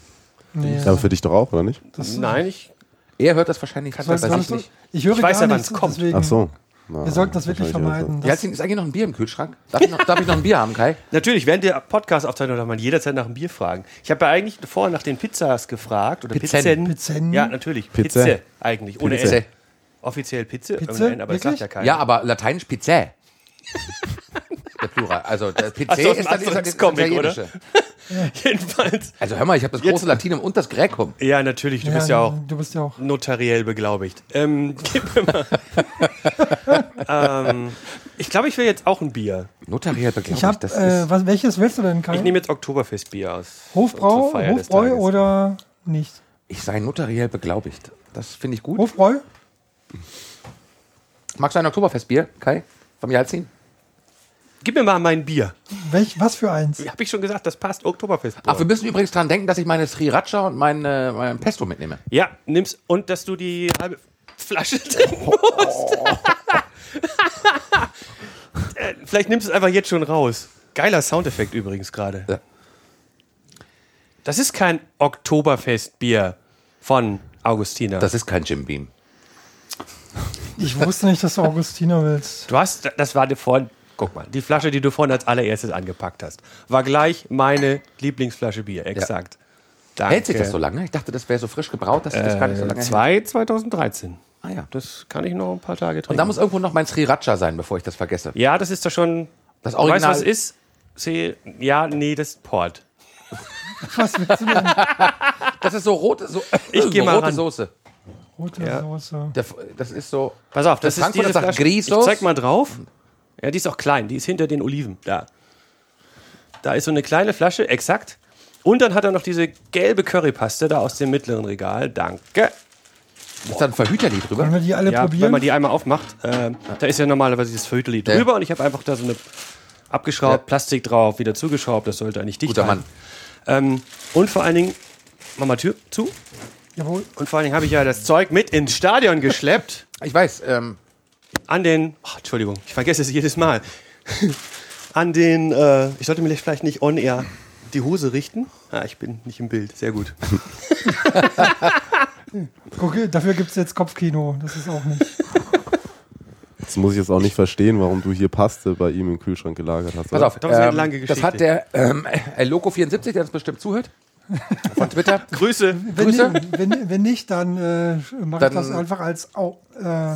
Speaker 2: Nee,
Speaker 4: Ja, aber für dich doch auch, oder nicht?
Speaker 1: Nein, ich,
Speaker 3: Er hört das wahrscheinlich.
Speaker 2: Soll-
Speaker 3: weiß ich
Speaker 2: sollst du-
Speaker 3: nicht.
Speaker 2: Ich höre
Speaker 1: Ich weiß
Speaker 2: gar
Speaker 1: ja, wann's
Speaker 2: nichts,
Speaker 1: kommt.
Speaker 2: deswegen.
Speaker 4: Ach so. Na,
Speaker 2: Wir sollten das wirklich
Speaker 4: wahrscheinlich
Speaker 2: vermeiden. Das,
Speaker 3: Jalzin, ist eigentlich noch ein Bier im Kühlschrank? Darf ich noch, darf ich noch ein Bier haben, Kai?
Speaker 1: natürlich, während der Podcast-Aufzeichnung darf man jederzeit nach dem Bier fragen. Ich habe ja eigentlich vorher nach den Pizzas gefragt. Oder
Speaker 3: Pizzen.
Speaker 1: Pizzen.
Speaker 2: Pizzen.
Speaker 1: Ja, natürlich.
Speaker 4: Pizza.
Speaker 1: Pizze eigentlich. Ohne
Speaker 3: Pizza.
Speaker 1: S. Offiziell Pizze.
Speaker 2: Pizze?
Speaker 1: Nein, aber das sagt
Speaker 2: Wirklich?
Speaker 1: ja keiner.
Speaker 3: Ja, aber lateinisch Pizza. der Plural. Also der PC
Speaker 1: Ach so, aus dem
Speaker 3: ist dann ist dann- ist dann
Speaker 1: Asterix-Comic, oder?
Speaker 3: italienische.
Speaker 1: <laughs> jedenfalls.
Speaker 3: Also hör mal, ich habe das
Speaker 1: Jetzt-
Speaker 3: große Latinum und das Gräkum.
Speaker 1: Ja, natürlich. Du
Speaker 2: ja,
Speaker 1: bist ja auch
Speaker 2: Du bist ja auch.
Speaker 1: notariell beglaubigt. Ähm, <laughs> gib mir mal. ähm, ich glaube, ich will jetzt auch ein Bier.
Speaker 3: Notariell beglaubigt.
Speaker 2: Ich hab,
Speaker 3: das
Speaker 2: äh,
Speaker 3: ist
Speaker 2: was, welches willst du denn, Kai?
Speaker 1: Ich nehme jetzt Oktoberfestbier aus.
Speaker 2: Hofbrau,
Speaker 1: zur Feier des
Speaker 2: Hofbräu
Speaker 1: Tages.
Speaker 2: oder nicht?
Speaker 3: ich sei notariell beglaubigt. Das finde ich gut.
Speaker 2: Hofbräu?
Speaker 3: Magst du ein Oktoberfestbier, Kai? Vom Jalzin?
Speaker 1: Gib mir mal mein Bier.
Speaker 2: Welch, was für eins?
Speaker 1: Hab ich schon gesagt, das passt Oktoberfest.
Speaker 3: Ach, wir müssen übrigens dran denken, dass ich meine Sriracha und mein, äh, mein Pesto mitnehme.
Speaker 1: ja, nimm's und dass du die halbe Flasche <laughs> trinken musst. Äh, Vielleicht nimmst du es einfach jetzt schon raus. Geiler Soundeffekt übrigens gerade.
Speaker 3: Ja.
Speaker 1: Das ist kein Oktoberfestbier von Augustiner.
Speaker 3: Das ist kein Jim Beam.
Speaker 2: Ich wusste nicht, dass du Augustiner willst.
Speaker 1: Du hast, das war dir vorhin, guck mal, die Flasche, die du vorhin als allererstes angepackt hast, war gleich meine Lieblingsflasche Bier, exakt. Danke.
Speaker 3: Hält sich das so lange? Ich dachte, das wäre so frisch gebraut, dass sich das gar
Speaker 2: Äh,
Speaker 3: nicht so lange hält.
Speaker 1: Zwei 2013.
Speaker 3: Ah, ja.
Speaker 1: Das kann ich noch ein paar Tage trinken.
Speaker 3: Und da muss irgendwo noch mein Sriracha sein, bevor ich das vergesse.
Speaker 1: ja, das ist doch schon.
Speaker 3: Das
Speaker 1: Du weißt du,
Speaker 3: Original.
Speaker 1: was ist? Sie, ja, nee, das ist Port.
Speaker 2: Was willst du denn?
Speaker 3: Das ist so rote, so, so
Speaker 1: geh mal
Speaker 3: rote
Speaker 1: ran.
Speaker 3: Soße.
Speaker 2: Rote
Speaker 1: Ja.
Speaker 2: Soße.
Speaker 3: Der- Das ist so.
Speaker 1: Pass auf,
Speaker 3: Das
Speaker 1: das, ist
Speaker 3: Frankfurter
Speaker 1: diese
Speaker 3: sagt
Speaker 1: Flasche.
Speaker 3: Grisos.
Speaker 1: Ich zeig mal drauf. Ja, die ist auch klein. Die ist hinter den Oliven. Da. Da ist so eine kleine Flasche, exakt. Und dann hat er noch diese gelbe Currypaste da aus dem mittleren Regal. Danke.
Speaker 3: Ist da ein Verhüterli
Speaker 2: Wollen
Speaker 3: drüber?
Speaker 2: wir die alle
Speaker 1: Ja, wenn
Speaker 2: probieren?
Speaker 1: man die einmal aufmacht, äh, da ist ja normalerweise dieses Föteli
Speaker 3: Ja.
Speaker 1: drüber und ich habe einfach da so eine abgeschraubt,
Speaker 3: Ja.
Speaker 1: Plastik drauf, wieder zugeschraubt, das sollte eigentlich dicht
Speaker 3: Guter
Speaker 1: halten.
Speaker 3: Mann.
Speaker 1: Ähm, und vor allen Dingen, mach mal Tür zu.
Speaker 2: Jawohl.
Speaker 1: Und vor allen Dingen habe ich ja das Zeug mit ins Stadion geschleppt
Speaker 3: Ich weiß, ähm,
Speaker 1: an den, ach, Entschuldigung, ich vergesse es jedes Mal, <laughs> an den, äh, ich sollte mir vielleicht nicht on air die Hose richten. Ah, ich bin nicht im Bild, sehr gut.
Speaker 2: Guck, dafür gibt es jetzt Kopfkino. Das ist auch nicht.
Speaker 4: Das muss ich jetzt auch nicht verstehen, warum du hier Paste bei ihm im Kühlschrank gelagert hast.
Speaker 3: pass
Speaker 4: oder?
Speaker 3: auf.
Speaker 1: Das ist eine
Speaker 3: ähm,
Speaker 1: lange
Speaker 3: Das hat der ähm, äh, Loco74, der uns bestimmt zuhört.
Speaker 1: <laughs>
Speaker 3: Von Twitter.
Speaker 1: Grüße.
Speaker 2: Wenn,
Speaker 3: Grüße.
Speaker 2: wenn, wenn nicht, dann äh, mache ich
Speaker 3: Dann-
Speaker 2: das einfach als. Au, äh,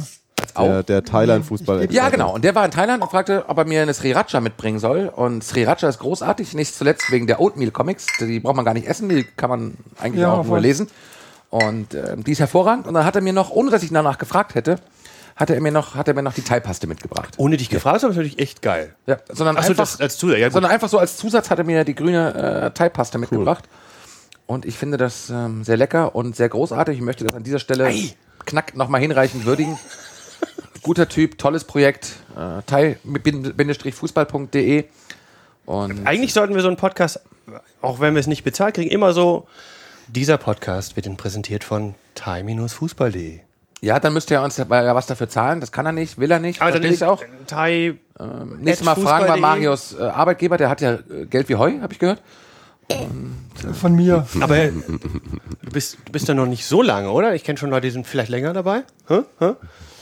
Speaker 3: Au.
Speaker 4: Der, der Thailand-Fußball.
Speaker 3: Ja, genau. Und der war in Thailand und fragte, ob er mir eine Sriracha mitbringen soll. Und Sriracha ist großartig, nicht zuletzt wegen der Oatmeal-Comics. Die braucht man gar nicht essen, die kann man eigentlich
Speaker 2: Ja,
Speaker 3: auch nur
Speaker 2: voll.
Speaker 3: lesen. Und ähm, die ist hervorragend. Und dann hat er mir noch, ohne dass ich danach gefragt hätte, hat er mir noch, hat er mir noch die Thai-Paste mitgebracht.
Speaker 1: Ohne dich gefragt zu haben, ist natürlich echt geil.
Speaker 3: Ja, sondern,
Speaker 1: Achso,
Speaker 3: einfach,
Speaker 1: das als Zusatz. Ja, gut.
Speaker 3: sondern einfach so als Zusatz hat er mir die grüne äh, Thai-Paste mitgebracht. Und ich finde das ähm, sehr lecker und sehr großartig. Ich möchte das an dieser Stelle knack nochmal
Speaker 1: <laughs>
Speaker 3: hinreichend würdigen. Guter Typ, tolles Projekt. Äh, Thai-fußball.de. Und
Speaker 1: Eigentlich sollten wir so einen Podcast, auch wenn wir es nicht bezahlt kriegen, immer so. Dieser Podcast wird Ihnen präsentiert von thai-fußball.de.
Speaker 3: ja, dann müsste er uns dabei ja was dafür zahlen. Das kann er nicht, will er nicht. Verstehe ich auch. Ähm,
Speaker 1: Thai.
Speaker 3: Nächstes Mal fragen wir
Speaker 1: fußball.de.
Speaker 3: Marios äh, Arbeitgeber, der hat ja äh, Geld wie Heu, habe ich gehört.
Speaker 2: von mir.
Speaker 1: Aber äh, du bist, du bist da noch nicht so lange, oder? Ich kenne schon Leute, die sind vielleicht länger dabei. Hä? Hä?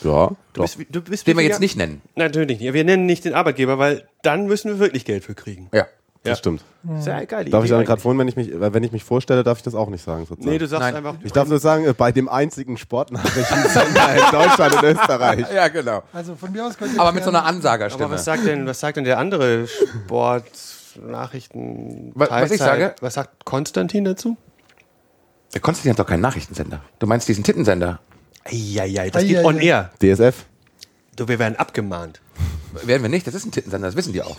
Speaker 4: Ja,
Speaker 1: Du
Speaker 4: doch.
Speaker 1: bist, du bist
Speaker 3: Den
Speaker 1: wie
Speaker 3: wir
Speaker 1: viel
Speaker 3: jetzt
Speaker 1: Jahr-
Speaker 3: nicht nennen.
Speaker 1: Natürlich nicht. Wir nennen nicht den Arbeitgeber, weil dann müssen wir wirklich Geld für kriegen.
Speaker 3: Ja.
Speaker 1: Ja.
Speaker 4: das stimmt.
Speaker 1: Sehr geil.
Speaker 4: Darf ich
Speaker 1: Idee
Speaker 4: dann gerade
Speaker 1: eigentlich.
Speaker 4: vorhin, wenn ich mich, äh, wenn ich mich vorstelle, darf ich das auch nicht sagen sozusagen?
Speaker 1: Nee, du sagst
Speaker 3: Nein.
Speaker 1: einfach.
Speaker 4: ich darf nur sagen, äh, bei dem einzigen Sportnachrichtensender
Speaker 1: <laughs>
Speaker 4: in Deutschland und Österreich.
Speaker 3: Ja, genau.
Speaker 2: Also von mir aus könnt ihr.
Speaker 3: Aber mit so
Speaker 2: gerne-
Speaker 3: einer Ansagerstimme.
Speaker 1: aber was sagt denn, was sagt denn der andere Sportnachrichten?
Speaker 3: Wa- was ich
Speaker 1: Teilzeit-
Speaker 3: sage?
Speaker 1: Was sagt Konstantin dazu?
Speaker 3: Der Konstantin hat doch keinen Nachrichtensender. Du meinst diesen Tittensender?
Speaker 1: Eieiei, das
Speaker 2: Ei,
Speaker 1: geht
Speaker 2: ei,
Speaker 1: on
Speaker 2: ei.
Speaker 1: air.
Speaker 4: DSF.
Speaker 1: Du, wir werden abgemahnt.
Speaker 3: Werden wir nicht, das ist ein Tittensender, das wissen die auch.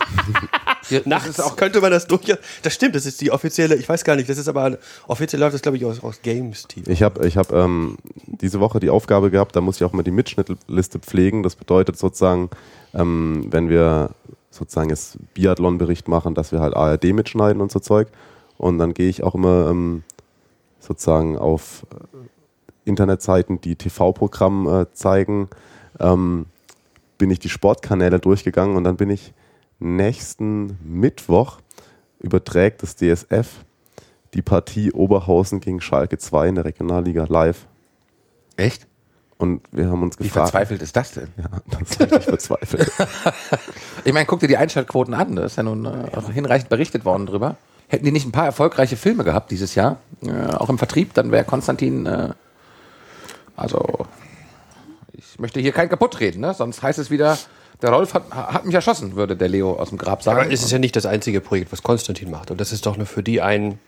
Speaker 3: Die- das
Speaker 1: Nachts
Speaker 3: ist auch
Speaker 1: könnte man das durchaus. Das stimmt, das ist die offizielle, ich weiß gar nicht, das ist aber offiziell läuft das, glaube ich, aus, aus Games TV.
Speaker 4: Ich habe ich hab, ähm, diese Woche die Aufgabe gehabt, da muss ich auch mal die Mitschnittliste pflegen. Das bedeutet sozusagen, ähm, wenn wir sozusagen jetzt Biathlon-Bericht machen, dass wir halt ARD mitschneiden und so Zeug. Und dann gehe ich auch immer ähm, sozusagen auf äh, Internetseiten, die TV-Programm äh, zeigen, ähm, bin ich die Sportkanäle durchgegangen und dann bin ich nächsten Mittwoch überträgt das DSF die Partie Oberhausen gegen Schalke 2 in der Regionalliga live.
Speaker 3: echt?
Speaker 4: Und wir haben uns
Speaker 3: Wie
Speaker 4: gefragt.
Speaker 3: verzweifelt ist das denn?
Speaker 4: Ja, <laughs> das ist richtig verzweifelt.
Speaker 3: Ich meine, guck dir die Einschaltquoten an, da ist ja nun äh, auch hinreichend berichtet worden drüber. Hätten die nicht ein paar erfolgreiche Filme gehabt dieses Jahr, äh, auch im Vertrieb, dann wäre Konstantin, äh, also ich möchte hier keinen kaputt reden, ne? sonst heißt es wieder, der Rolf hat, hat mich erschossen, würde der Leo aus dem Grab sagen.
Speaker 1: Aber es ist ja nicht das einzige Projekt, was Konstantin macht. Und das ist doch nur für die ein.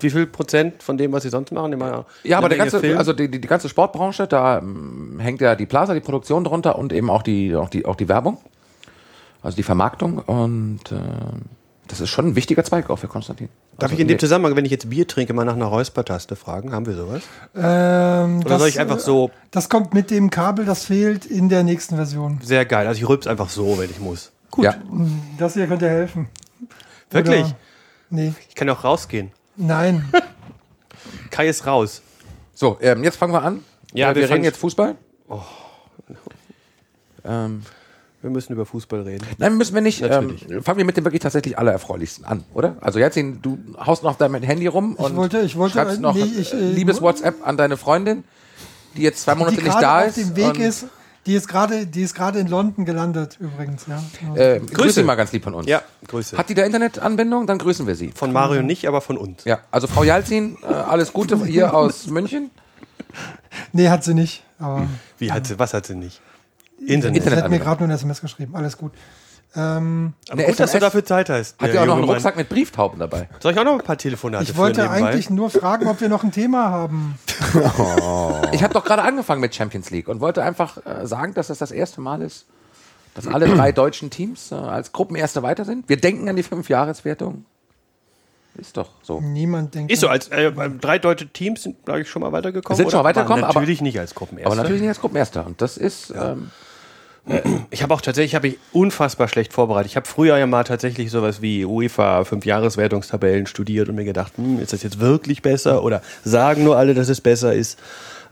Speaker 1: Wie viel Prozent von dem, was sie sonst machen? Immer
Speaker 3: Ja, aber
Speaker 1: eine
Speaker 3: der
Speaker 1: Menge
Speaker 3: ganze,
Speaker 1: Film.
Speaker 3: also die, die, die ganze Sportbranche, da ähm, hängt ja die Plaza, die Produktion drunter und eben auch die, auch die, auch die Werbung. Also die Vermarktung und äh, das ist schon ein wichtiger Zweig auch für Konstantin.
Speaker 1: Darf ich in dem Zusammenhang, wenn ich jetzt Bier trinke, mal nach einer Räuspertaste fragen? Haben wir sowas?
Speaker 2: Ähm,
Speaker 1: Oder soll ich einfach so-
Speaker 2: Das kommt mit dem Kabel, das fehlt in der nächsten Version.
Speaker 1: Sehr geil. Also ich rülps einfach so, wenn ich muss.
Speaker 3: Gut. Ja.
Speaker 2: Das hier könnte helfen.
Speaker 1: Wirklich?
Speaker 2: Oder- Nee,
Speaker 1: Ich kann auch rausgehen.
Speaker 2: nein.
Speaker 1: Kai ist raus.
Speaker 3: So, ähm, jetzt fangen wir an.
Speaker 1: Ja,
Speaker 3: Äh,
Speaker 1: wir Oh.
Speaker 3: wir,
Speaker 1: fangen-
Speaker 3: reden jetzt Fußball. Ähm,
Speaker 1: Wir müssen über Fußball reden.
Speaker 3: nein, müssen wir nicht. Ähm,
Speaker 1: Natürlich.
Speaker 3: fangen wir mit dem wirklich tatsächlich allererfreulichsten an, oder? Also, Jerzin, du haust noch dein Handy rum und
Speaker 2: wollte- ich wollte-
Speaker 3: schreibst noch
Speaker 2: nee, ich, äh,
Speaker 3: äh, liebes WhatsApp an deine Freundin, die jetzt zwei <laughs> Monate
Speaker 2: die
Speaker 3: nicht
Speaker 2: gerade
Speaker 3: da
Speaker 2: auf
Speaker 3: ist.
Speaker 2: dem Weg
Speaker 3: und,
Speaker 2: ist. Die ist gerade, die ist gerade in London gelandet übrigens, ja.
Speaker 3: Äh, grüße.
Speaker 1: Grüße.
Speaker 3: mal ganz lieb von uns.
Speaker 1: Ja, Grüße.
Speaker 3: Hat die da Internetanbindung? Dann grüßen wir sie.
Speaker 1: Von Mario nicht, aber von uns.
Speaker 3: Ja, also Frau Jalzin, äh, alles Gute hier aus München.
Speaker 2: Nee, hat sie nicht. Aber
Speaker 1: Wie hat sie, was hat sie nicht? Internet.
Speaker 2: sie hat mir
Speaker 3: Internetanbindung.
Speaker 2: gerade nur ein SMS geschrieben. Alles gut. Ähm,
Speaker 1: Aber
Speaker 3: Eine
Speaker 1: gut, dass du
Speaker 3: SMS?
Speaker 1: dafür Zeit hast.
Speaker 3: Hat
Speaker 1: der
Speaker 3: ja auch noch einen
Speaker 1: junge Mann.
Speaker 3: Rucksack mit Brieftauben dabei.
Speaker 1: Soll ich auch noch ein paar Telefonate
Speaker 2: ich wollte
Speaker 1: führen nebenbei?
Speaker 2: eigentlich nur fragen, ob wir noch ein Thema haben.
Speaker 3: Ich habe doch gerade angefangen mit Champions League und wollte einfach äh, sagen, dass das das erste Mal ist, dass alle drei deutschen Teams äh, als Gruppenerste weiter sind. Wir denken an die Fünfjahreswertung. Ist doch so.
Speaker 2: Niemand denkt.
Speaker 1: Ist so, als äh, drei deutsche Teams sind, glaube ich, schon mal weitergekommen.
Speaker 3: Sind schon
Speaker 1: oder?
Speaker 3: mal weitergekommen, aber-
Speaker 1: natürlich nicht als Gruppenerster.
Speaker 3: Aber natürlich nicht als Gruppenerster. Und das ist, ähm,
Speaker 1: Ich habe auch tatsächlich, habe ich unfassbar schlecht vorbereitet. Ich habe früher ja mal tatsächlich sowas wie UEFA Fünfjahreswertungstabellen studiert und mir gedacht, hm, ist das jetzt wirklich besser oder sagen nur alle, dass es besser ist.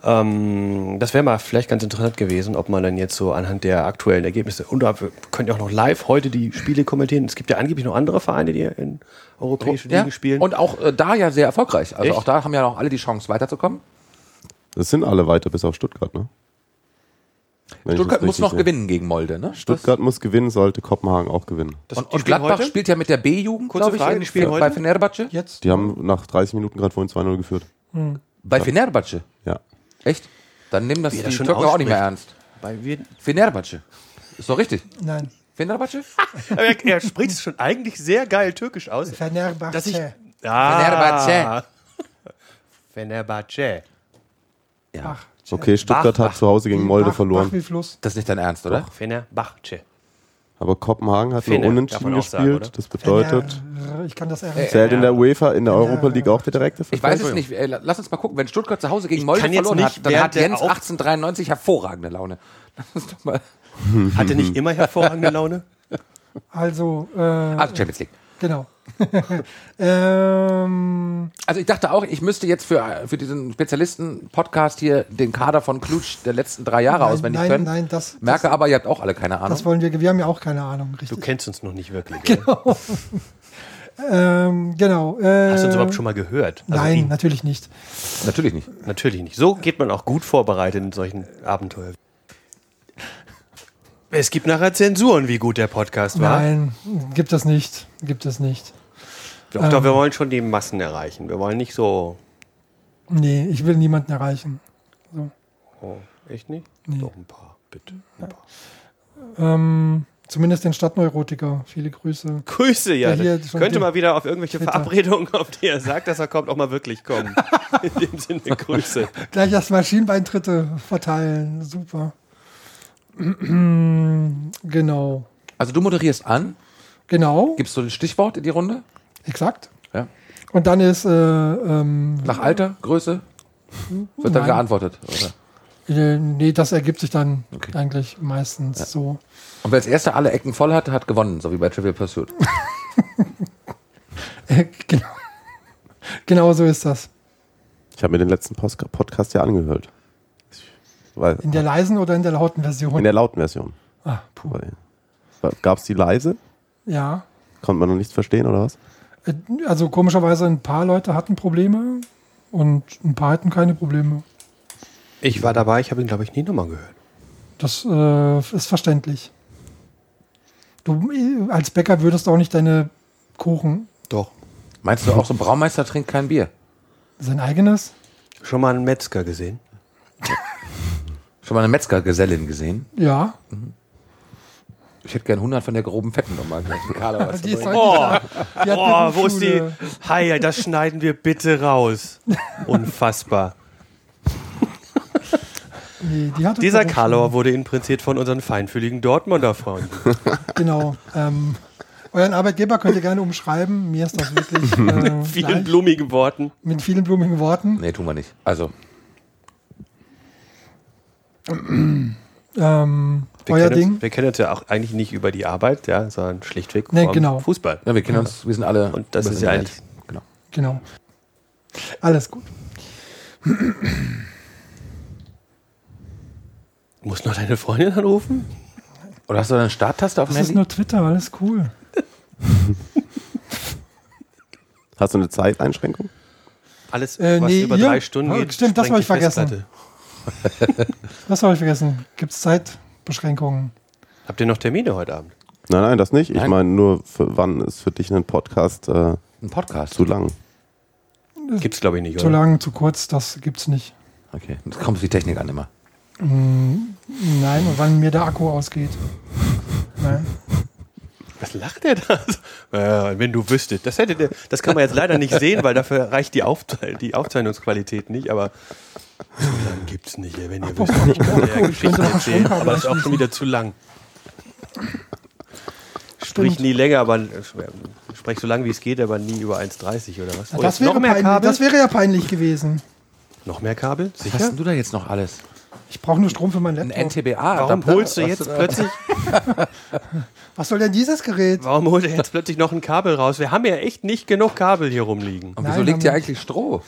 Speaker 1: Ähm, das wäre mal vielleicht ganz interessant gewesen, ob man dann jetzt so anhand der aktuellen Ergebnisse und wir können ja auch noch live heute die Spiele kommentieren. Es gibt ja angeblich noch andere Vereine, die in europäische
Speaker 3: ja.
Speaker 1: Ligen spielen.
Speaker 3: Und auch äh, da ja sehr erfolgreich. Also
Speaker 1: Echt?
Speaker 3: auch da haben ja noch alle die Chance weiterzukommen.
Speaker 4: Das sind alle weiter, bis auf Stuttgart, ne? Wenn ich
Speaker 3: Stuttgart
Speaker 4: das
Speaker 3: muss
Speaker 4: richtig
Speaker 3: noch
Speaker 4: sehe.
Speaker 3: gewinnen gegen Molde. Ne?
Speaker 4: Stuttgart muss gewinnen, sollte Kopenhagen auch gewinnen.
Speaker 1: Das-
Speaker 3: Und,
Speaker 1: Also die
Speaker 3: und
Speaker 1: spielen
Speaker 3: Gladbach
Speaker 1: heute?
Speaker 3: spielt ja mit der B-Jugend,
Speaker 1: Kurze
Speaker 3: glaube ich,
Speaker 1: Frage,
Speaker 3: in-
Speaker 1: die spielen
Speaker 3: bei
Speaker 1: heute?
Speaker 3: Fenerbahce.
Speaker 2: Jetzt?
Speaker 4: Die haben nach 30 Minuten gerade vorhin 2-0 geführt.
Speaker 3: Bei Fenerbahce.
Speaker 4: Ja.
Speaker 3: Echt? Dann nehmen das
Speaker 1: Wie er
Speaker 3: die
Speaker 1: das schon
Speaker 3: Türken auch nicht mehr ernst.
Speaker 1: ausspricht. Weil wir,
Speaker 3: Fenerbahce. Ist doch richtig.
Speaker 2: Nein.
Speaker 3: Fenerbahce?
Speaker 1: er, er spricht es schon eigentlich sehr geil türkisch aus.
Speaker 2: Fenerbahce. <laughs>
Speaker 1: Dass ich, Ah.
Speaker 3: Fenerbahce.
Speaker 1: Fenerbahce.
Speaker 3: Ja.
Speaker 4: Okay, Stuttgart
Speaker 1: Bach,
Speaker 4: hat zu Hause gegen Molde
Speaker 2: Bach, Bach
Speaker 4: verloren.
Speaker 2: wie Fluss.
Speaker 3: Das ist nicht dein Ernst, oder?
Speaker 1: Fenerbahce.
Speaker 4: Aber Kopenhagen hat
Speaker 1: Fene,
Speaker 4: nur
Speaker 1: darf man
Speaker 4: unentschieden
Speaker 1: auch sagen,
Speaker 4: gespielt.
Speaker 1: oder?
Speaker 4: das bedeutet,
Speaker 2: Fener- Ich kann das ehrlich
Speaker 1: Äh,
Speaker 2: sagen.
Speaker 4: zählt in der UEFA, in der Europa League auch der direkte
Speaker 3: Ich weiß
Speaker 4: Vergleich?
Speaker 3: es nicht. Äh, Lass uns mal gucken. Wenn Stuttgart zu Hause gegen Molde
Speaker 1: kann jetzt
Speaker 3: verloren
Speaker 1: nicht
Speaker 3: hat, dann
Speaker 1: während
Speaker 3: hat
Speaker 1: der
Speaker 3: Jens
Speaker 1: Auf-
Speaker 3: 1893 hervorragende Laune. <laughs> Lass uns doch mal.
Speaker 1: Hat er nicht immer hervorragende Laune?
Speaker 2: Also, äh,
Speaker 1: Ah.
Speaker 3: Also Champions League.
Speaker 2: genau. <laughs> ähm,
Speaker 3: Also ich dachte auch, ich müsste jetzt für, äh, für diesen Spezialisten-Podcast hier den Kader von Klutsch der letzten drei Jahre
Speaker 2: nein,
Speaker 3: auswendig
Speaker 2: nein,
Speaker 3: können.
Speaker 2: nein, das,
Speaker 3: Merke aber, ihr habt auch alle keine Ahnung.
Speaker 2: das wollen wir. Wir haben ja auch keine Ahnung,
Speaker 1: Du
Speaker 2: richtig.
Speaker 1: kennst uns noch nicht wirklich. Genau.
Speaker 2: Ähm, genau. Äh,
Speaker 1: Hast du uns überhaupt schon mal gehört? Also
Speaker 2: Nein,
Speaker 1: ihn
Speaker 2: natürlich nicht.
Speaker 3: Natürlich nicht.
Speaker 1: natürlich nicht. So geht man auch gut vorbereitet in solchen Abenteuern. Es gibt nachher Zensuren, wie gut der Podcast war.
Speaker 2: Nein, gibt es nicht. Gibt es nicht.
Speaker 1: Doch, doch, wir wollen schon die Massen erreichen. Wir wollen nicht so.
Speaker 2: Nee, ich will niemanden erreichen.
Speaker 1: Oh, echt nicht? Doch ein paar, bitte. Ein paar.
Speaker 2: Ähm, zumindest den Stadtneurotiker. Viele Grüße.
Speaker 1: Grüße, ja.
Speaker 2: hier schon
Speaker 1: Könnte
Speaker 2: die-
Speaker 1: mal wieder auf irgendwelche
Speaker 2: Twitter.
Speaker 1: Verabredungen, auf die er sagt, dass er kommt, auch mal wirklich
Speaker 2: <laughs>
Speaker 1: kommen. In dem Sinne, Grüße.
Speaker 2: Gleich erstmal Schienbeintritte verteilen. Super. <clears throat> genau.
Speaker 3: Also du moderierst an,
Speaker 2: Genau.
Speaker 3: gibst du ein Stichwort in die Runde?
Speaker 2: Exakt.
Speaker 3: Ja.
Speaker 2: Und dann ist, äh, ähm,
Speaker 3: Nach Alter, Größe? Wird dann
Speaker 2: Nein.
Speaker 3: geantwortet. Oder?
Speaker 2: äh, nee, das ergibt sich dann eigentlich meistens so. <laughs>
Speaker 3: Und wer als erster alle Ecken voll hat, hat gewonnen, so wie bei Trivial Pursuit.
Speaker 2: Äh, genau. <laughs> genau so ist das.
Speaker 4: Ich habe mir den letzten Post Podcast ja angehört. Ich, weil,
Speaker 2: In der leisen oder in der lauten Version?
Speaker 4: in der lauten Version.
Speaker 2: ah, puh.
Speaker 4: Gab es die leise?
Speaker 2: Ja.
Speaker 4: Konnte man noch nichts verstehen oder was?
Speaker 2: Äh, Also komischerweise ein paar Leute hatten Probleme und ein paar hatten keine Probleme.
Speaker 1: Ich war dabei, ich habe ihn, glaube ich, nie nochmal gehört.
Speaker 2: Das äh, ist verständlich. Du äh, als Bäcker würdest auch nicht deine Kuchen,
Speaker 1: Doch.
Speaker 3: Meinst du auch, so ein Braumeister trinkt kein Bier?
Speaker 2: sein eigenes?
Speaker 1: Schon mal einen Metzger gesehen?
Speaker 3: Schon mal eine Metzgergesellin gesehen?
Speaker 2: Ja.
Speaker 3: Ich hätte gern 100 von der groben Fetten nochmal.
Speaker 1: <laughs>
Speaker 2: Die ist
Speaker 3: Karneval.
Speaker 2: oh, die hat
Speaker 1: Oh, wo ist die?
Speaker 2: Berufsschule.
Speaker 1: Hi, das schneiden wir bitte <laughs> raus. Unfassbar.
Speaker 2: Nee, die hat
Speaker 1: Dieser
Speaker 2: Berufsschule.
Speaker 1: Karlauer wurde infiziert von unseren feinfühligen Dortmunder Freunden.
Speaker 2: Genau. Ähm, Euren Arbeitgeber könnt ihr gerne umschreiben. Mir ist das
Speaker 1: <laughs>
Speaker 2: wirklich äh,
Speaker 1: Vielen
Speaker 2: gleich.
Speaker 1: blumigen Worten.
Speaker 2: mit vielen blumigen Worten.
Speaker 3: Nee, tun wir nicht. Also,
Speaker 2: Ähm,
Speaker 1: Wir
Speaker 2: euer
Speaker 1: kennen
Speaker 2: Ding.
Speaker 1: Uns, wir kennen uns ja auch eigentlich nicht über die Arbeit, ja, sondern schlichtweg
Speaker 2: Nee,
Speaker 1: vom
Speaker 2: genau.
Speaker 1: Fußball.
Speaker 3: ja, wir kennen uns, wir sind alle.
Speaker 1: Und das
Speaker 3: wir
Speaker 1: ist
Speaker 3: sind
Speaker 1: ja
Speaker 3: nett.
Speaker 1: eigentlich-
Speaker 3: Genau.
Speaker 2: Genau. Alles gut.
Speaker 1: Musst du noch deine Freundin anrufen?
Speaker 3: Oder hast du eine Starttaste auf dem
Speaker 2: Das ist
Speaker 3: Handy?
Speaker 2: nur Twitter, alles cool.
Speaker 4: Hast du eine Zeiteinschränkung?
Speaker 1: Alles,
Speaker 2: Äh,
Speaker 1: was
Speaker 2: nee,
Speaker 1: über
Speaker 2: ihr?
Speaker 1: drei Stunden
Speaker 2: Oh,
Speaker 1: geht,
Speaker 2: stimmt, das
Speaker 1: sprengt
Speaker 2: hab
Speaker 1: die
Speaker 2: ich vergessen.
Speaker 1: Festplatte.
Speaker 2: Das habe ich vergessen. Gibt es Zeitbeschränkungen?
Speaker 1: Habt ihr noch Termine heute Abend?
Speaker 4: Nein, nein, das nicht. Ich
Speaker 3: Nein.
Speaker 4: meine nur, für, wann ist für dich ein Podcast äh,
Speaker 3: Ein Podcast.
Speaker 4: zu lang?
Speaker 1: Gibt's, glaube ich, nicht,
Speaker 2: Zu
Speaker 1: oder?
Speaker 2: lang, zu kurz, das gibt's nicht.
Speaker 3: Okay, jetzt kommt die Technik an immer.
Speaker 2: Nein, und wann mir der Akku ausgeht. Nein.
Speaker 1: Was lacht er da? <laughs> Äh, wenn du wüsstest. Das, hätte der, das kann man jetzt leider nicht sehen, weil dafür reicht die, Aufze die Aufzeichnungsqualität nicht, aber zu lang gibt's nicht, ey, wenn ihr wüsstet. Ich kann ja
Speaker 2: könnte
Speaker 1: Geschichten
Speaker 2: noch ein
Speaker 1: erzählen,
Speaker 2: Stromkabel
Speaker 1: aber es ist auch schon
Speaker 2: anschließen.
Speaker 1: wieder zu lang. Sprich nie länger, aber äh, sprech so lang wie es geht, aber nie über 1,30 oder was?
Speaker 2: Ja,
Speaker 1: Oh,
Speaker 2: Das
Speaker 1: jetzt
Speaker 2: wäre,
Speaker 1: noch mehr
Speaker 2: peinlich,
Speaker 1: Kabel?
Speaker 2: das wäre ja peinlich gewesen.
Speaker 1: noch mehr Kabel?
Speaker 3: Was hast denn du da jetzt noch alles?
Speaker 2: Ich brauche nur Strom für mein
Speaker 3: Ein
Speaker 2: Laptop.
Speaker 3: NTBA.
Speaker 1: Oh. Warum
Speaker 3: Adapter?
Speaker 2: ne?
Speaker 1: holst du
Speaker 3: Was
Speaker 1: jetzt
Speaker 2: äh,
Speaker 3: da-
Speaker 1: plötzlich,
Speaker 2: Was soll denn dieses Gerät?
Speaker 1: warum holt er jetzt plötzlich noch ein Kabel raus? Wir haben ja echt nicht genug Kabel hier rumliegen.
Speaker 3: Und wieso
Speaker 2: Nein,
Speaker 3: liegt hier
Speaker 2: haben-
Speaker 3: eigentlich Stroh?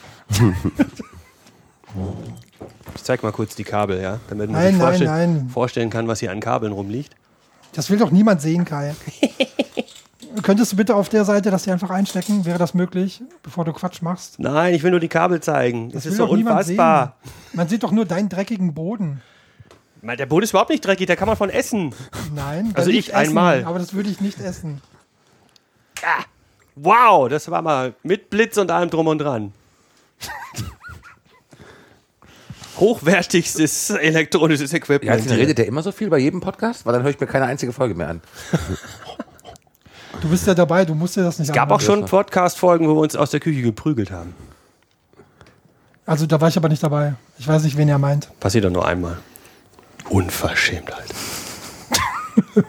Speaker 1: Ich zeig mal kurz die Kabel, ja, damit man
Speaker 2: Nein,
Speaker 1: sich
Speaker 2: nein,
Speaker 1: vorstellen,
Speaker 2: nein.
Speaker 1: vorstellen kann, was hier an Kabeln rumliegt.
Speaker 2: Das will doch niemand
Speaker 1: <laughs>
Speaker 2: sehen, Kai. Könntest du bitte auf der Seite das hier einfach einstecken? Wäre das möglich, bevor du Quatsch machst?
Speaker 1: Nein, ich will nur die Kabel zeigen. Das,
Speaker 2: will
Speaker 1: ist so
Speaker 2: doch niemand
Speaker 1: unfassbar.
Speaker 2: Sehen. Man sieht doch nur deinen dreckigen Boden.
Speaker 1: Mann, Der Boden ist überhaupt nicht dreckig, da kann man von essen.
Speaker 2: Nein.
Speaker 1: Also
Speaker 2: dann
Speaker 1: ich
Speaker 2: essen,
Speaker 1: einmal.
Speaker 2: Aber das würde ich nicht essen.
Speaker 1: Wow, das war mal mit Blitz und allem drum und
Speaker 2: <laughs>
Speaker 1: dran. Hochwertigstes elektronisches Equipment.
Speaker 3: Ja, jetzt redet der immer so viel bei jedem Podcast, weil dann höre ich mir keine einzige Folge mehr an.
Speaker 2: Du bist ja dabei, du musst dir das nicht
Speaker 1: gab auch schon Podcast-Folgen, wo wir uns aus der Küche geprügelt haben.
Speaker 2: Also da war ich aber nicht dabei. Ich weiß nicht, wen er meint.
Speaker 1: Passiert doch nur einmal. Unverschämt halt.